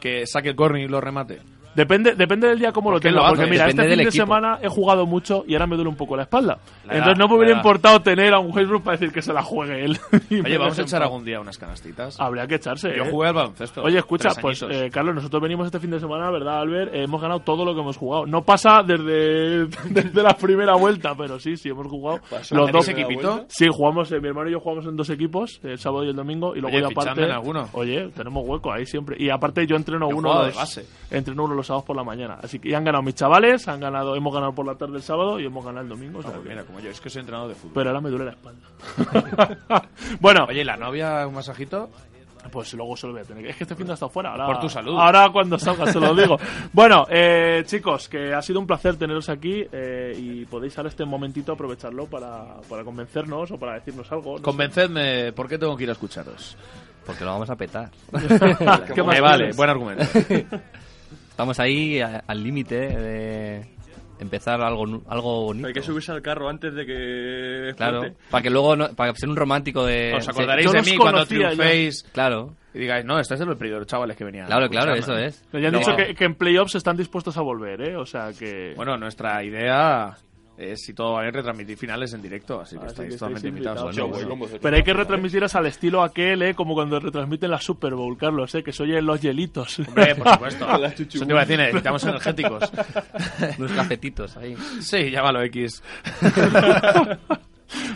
[SPEAKER 3] que saque el corner y lo remate.
[SPEAKER 4] Depende, depende del día cómo lo
[SPEAKER 3] Porque
[SPEAKER 4] tenga.
[SPEAKER 3] lo hace,
[SPEAKER 4] porque mira, este
[SPEAKER 6] depende
[SPEAKER 4] fin
[SPEAKER 6] del
[SPEAKER 4] de
[SPEAKER 6] equipo.
[SPEAKER 4] semana he jugado mucho y ahora me duele un poco la espalda.
[SPEAKER 3] La
[SPEAKER 4] Entonces
[SPEAKER 3] edad,
[SPEAKER 4] no me hubiera
[SPEAKER 3] la edad.
[SPEAKER 4] importado tener a un Westbrook para decir que se la juegue él. Y me
[SPEAKER 3] Oye, vamos a
[SPEAKER 4] dejen
[SPEAKER 3] echar
[SPEAKER 4] paz.
[SPEAKER 3] algún día unas canastitas.
[SPEAKER 4] Habría que echarse.
[SPEAKER 3] Yo
[SPEAKER 4] ¿eh?
[SPEAKER 3] jugué al baloncesto.
[SPEAKER 4] Oye, escucha,
[SPEAKER 3] tres
[SPEAKER 4] pues
[SPEAKER 3] añitos.
[SPEAKER 4] eh, Carlos, nosotros venimos este fin de semana, ¿verdad, Albert? Eh, hemos ganado todo lo que hemos jugado. No pasa desde, desde la primera vuelta, pero sí, sí, hemos jugado los
[SPEAKER 3] ¿Tenéis
[SPEAKER 4] dos
[SPEAKER 3] equipito?
[SPEAKER 4] Sí, jugamos, eh, mi hermano y yo jugamos en dos equipos, el sábado y el domingo, y luego
[SPEAKER 3] Oye,
[SPEAKER 4] yo aparte.
[SPEAKER 3] fichadme en alguno.
[SPEAKER 4] Oye, tenemos hueco ahí siempre. Y aparte yo entreno
[SPEAKER 3] Yo
[SPEAKER 4] uno
[SPEAKER 3] jugaba
[SPEAKER 4] los,
[SPEAKER 3] de base.
[SPEAKER 4] Entreno uno los sábados por la mañana. Así que ya han ganado mis chavales, han ganado, hemos ganado por la tarde el sábado y hemos ganado el domingo. o sea
[SPEAKER 3] Pues
[SPEAKER 4] que-
[SPEAKER 3] mira, como yo, es que soy entrenador de fútbol.
[SPEAKER 4] pero ahora me duele la espalda. bueno,
[SPEAKER 3] Oye, ¿y la novia un masajito?
[SPEAKER 4] pues luego se lo voy a tener que... Es que este fin de ha estado fuera. Ahora,
[SPEAKER 3] Pues, Por tu salud.
[SPEAKER 4] Ahora cuando salga se lo digo. bueno, eh, chicos, que ha sido un placer teneros aquí eh, y podéis ahora este momentito aprovecharlo para, para convencernos o para decirnos algo. no
[SPEAKER 3] Convencedme, ¿por qué tengo que ir a escucharos?
[SPEAKER 6] Porque lo vamos a petar.
[SPEAKER 4] sé. ¿Qué más
[SPEAKER 3] Me vale,
[SPEAKER 4] tienes?
[SPEAKER 3] buen argumento.
[SPEAKER 6] Estamos ahí a- al límite de empezar algo, nu- algo bonito.
[SPEAKER 5] Hay que subirse al carro antes de que...
[SPEAKER 6] Claro,
[SPEAKER 5] explote.
[SPEAKER 6] para que luego, no- para ser un romántico de...
[SPEAKER 3] Os acordaréis
[SPEAKER 4] yo
[SPEAKER 3] de
[SPEAKER 4] los
[SPEAKER 3] mí cuando
[SPEAKER 4] conocía ya.
[SPEAKER 3] triunféis
[SPEAKER 6] Claro,
[SPEAKER 3] y digáis, no, este es el periodo, los chavales que venían.
[SPEAKER 6] claro, claro,
[SPEAKER 3] Escuchadme.
[SPEAKER 6] eso es.
[SPEAKER 4] Pero ya han
[SPEAKER 3] No.
[SPEAKER 4] dicho que, que en playoffs están dispuestos a volver, ¿eh? O sea que...
[SPEAKER 3] Bueno, nuestra idea es, si todo va bien, retransmitir finales en directo, así que
[SPEAKER 4] Así
[SPEAKER 3] estáis
[SPEAKER 4] Ah, que
[SPEAKER 3] totalmente
[SPEAKER 4] estáis invitados.
[SPEAKER 3] invitados.
[SPEAKER 4] Yo voy.
[SPEAKER 3] Bueno,
[SPEAKER 4] Pero hay que retransmitirlas al estilo aquel, ¿eh? Como cuando retransmiten la Super Bowl, Carlos, ¿eh? Que se oyen los hielitos.
[SPEAKER 3] Hombre, por supuesto. Eso te iba a decir, necesitamos energéticos.
[SPEAKER 6] Unos cafetitos ahí.
[SPEAKER 3] Sí, llámalo X.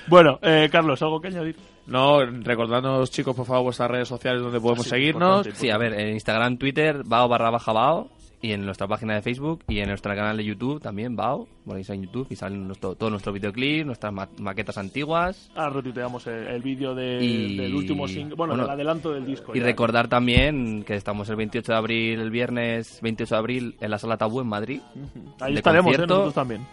[SPEAKER 4] bueno, eh, Carlos, ¿algo que añadir?
[SPEAKER 3] No, recordadnos, chicos, por favor, vuestras redes sociales donde
[SPEAKER 4] Ah,
[SPEAKER 3] podemos seguirnos.
[SPEAKER 6] Sí, a ver, en Instagram, Twitter, bao barra baja bao. Y en nuestra página de Facebook y en nuestro canal de YouTube también, bao. Ponéis en YouTube y salen nuestro- todos nuestros videoclips, nuestras ma- maquetas antiguas.
[SPEAKER 4] Ah, retuiteamos el, el vídeo de-
[SPEAKER 6] Y-
[SPEAKER 4] del último single, bueno,
[SPEAKER 6] bueno,
[SPEAKER 4] del adelanto del disco.
[SPEAKER 6] Y
[SPEAKER 4] ya.
[SPEAKER 6] recordar también que estamos el 28 de abril, el viernes 28 de abril, en la Sala Tabú en Madrid.
[SPEAKER 4] Ahí
[SPEAKER 6] de
[SPEAKER 4] estaremos, ¿eh?
[SPEAKER 6] concierto.
[SPEAKER 4] nosotros también.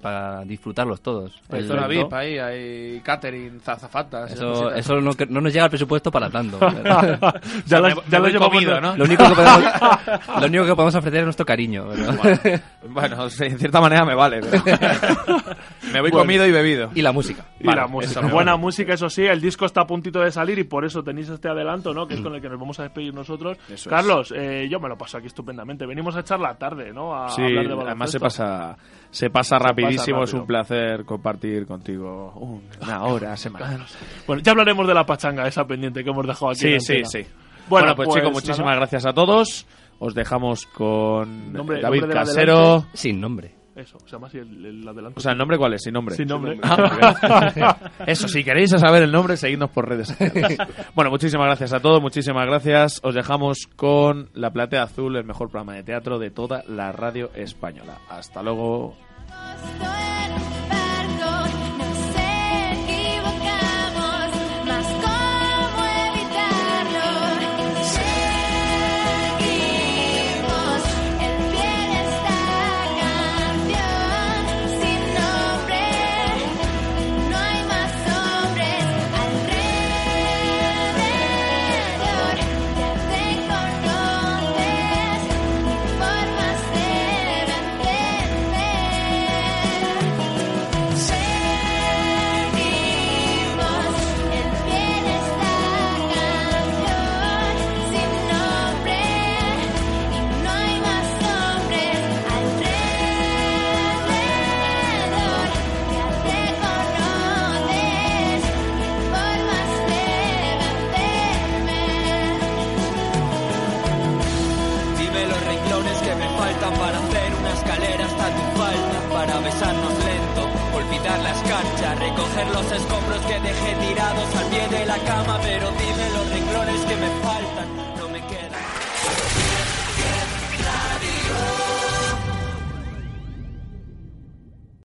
[SPEAKER 6] Para disfrutarlos todos.
[SPEAKER 3] Hay
[SPEAKER 6] El-
[SPEAKER 3] zona VIP ahí, hay catering, zazafatas. esas
[SPEAKER 6] Eso,
[SPEAKER 3] cositas.
[SPEAKER 6] eso no, que- no nos llega el presupuesto para tanto.
[SPEAKER 4] ya las- ya
[SPEAKER 3] me- me
[SPEAKER 4] lo
[SPEAKER 3] voy
[SPEAKER 4] llevamos
[SPEAKER 3] comido,
[SPEAKER 4] de-
[SPEAKER 3] ¿no?
[SPEAKER 6] Lo único que podemos, lo único que podemos ofrecer es nuestro cariño. pero-
[SPEAKER 3] Bueno, sí, en cierta manera me vale. pero- me voy
[SPEAKER 4] Bueno.
[SPEAKER 3] comido y bebido.
[SPEAKER 6] y la música.
[SPEAKER 4] Y
[SPEAKER 3] Vale,
[SPEAKER 4] la
[SPEAKER 3] eso
[SPEAKER 4] música.
[SPEAKER 3] me vale.
[SPEAKER 4] Buena música, eso sí. El disco está a puntito de salir y por eso tenéis este adelanto, ¿no? Que es con el que nos vamos a despedir nosotros.
[SPEAKER 3] Mm. Eso es.
[SPEAKER 4] Carlos, eh, yo me lo paso aquí estupendamente. Venimos a echar la tarde, ¿no? A
[SPEAKER 3] Sí,
[SPEAKER 4] hablar de
[SPEAKER 3] además
[SPEAKER 4] baloncesto.
[SPEAKER 3] se pasa, se pasa rapidísimo. es
[SPEAKER 4] rápido.
[SPEAKER 3] un placer compartir contigo una hora semanal.
[SPEAKER 4] Bueno, ya hablaremos de la pachanga, esa pendiente que hemos dejado aquí. en
[SPEAKER 3] Sí,
[SPEAKER 4] la
[SPEAKER 3] sí,
[SPEAKER 4] antena.
[SPEAKER 3] sí.
[SPEAKER 4] Bueno,
[SPEAKER 3] Bueno, pues, chicos,
[SPEAKER 4] pues,
[SPEAKER 3] muchísimas
[SPEAKER 4] nada.
[SPEAKER 3] gracias a todos. Os dejamos con
[SPEAKER 4] Nombre-
[SPEAKER 3] David
[SPEAKER 4] nombre del
[SPEAKER 3] Casero.
[SPEAKER 4] adelante.
[SPEAKER 6] Sin nombre.
[SPEAKER 4] Eso, se llama así el, el adelanto.
[SPEAKER 3] O sea, ¿el nombre cuál es? Sin nombre.
[SPEAKER 4] Sin nombre.
[SPEAKER 3] Ah, muy bien. Eso, si queréis saber el nombre, seguidnos por redes sociales. Bueno, muchísimas gracias a todos, muchísimas gracias. Os dejamos con La Platea Azul, el mejor programa de teatro de toda la radio española. Hasta luego.
[SPEAKER 7] Perdón, nos equivocamos, mas cómo evitarlo. Seguimos el pie de esta canción sin nombre. No hay más hombres alrededor. Ya te conoces formas de vencer. Seguimos el pie de esta canción sin nombre y no hay más hombres alrededor. Ya te conoces formas de vencerme.
[SPEAKER 8] Dime los renglones que me faltan para hacer una escalera hasta tu falda, para besarnos lento, olvidar la escarcha, recoger los escombros que dejé tirados al pie de la cama, pero dime los renglones que me faltan.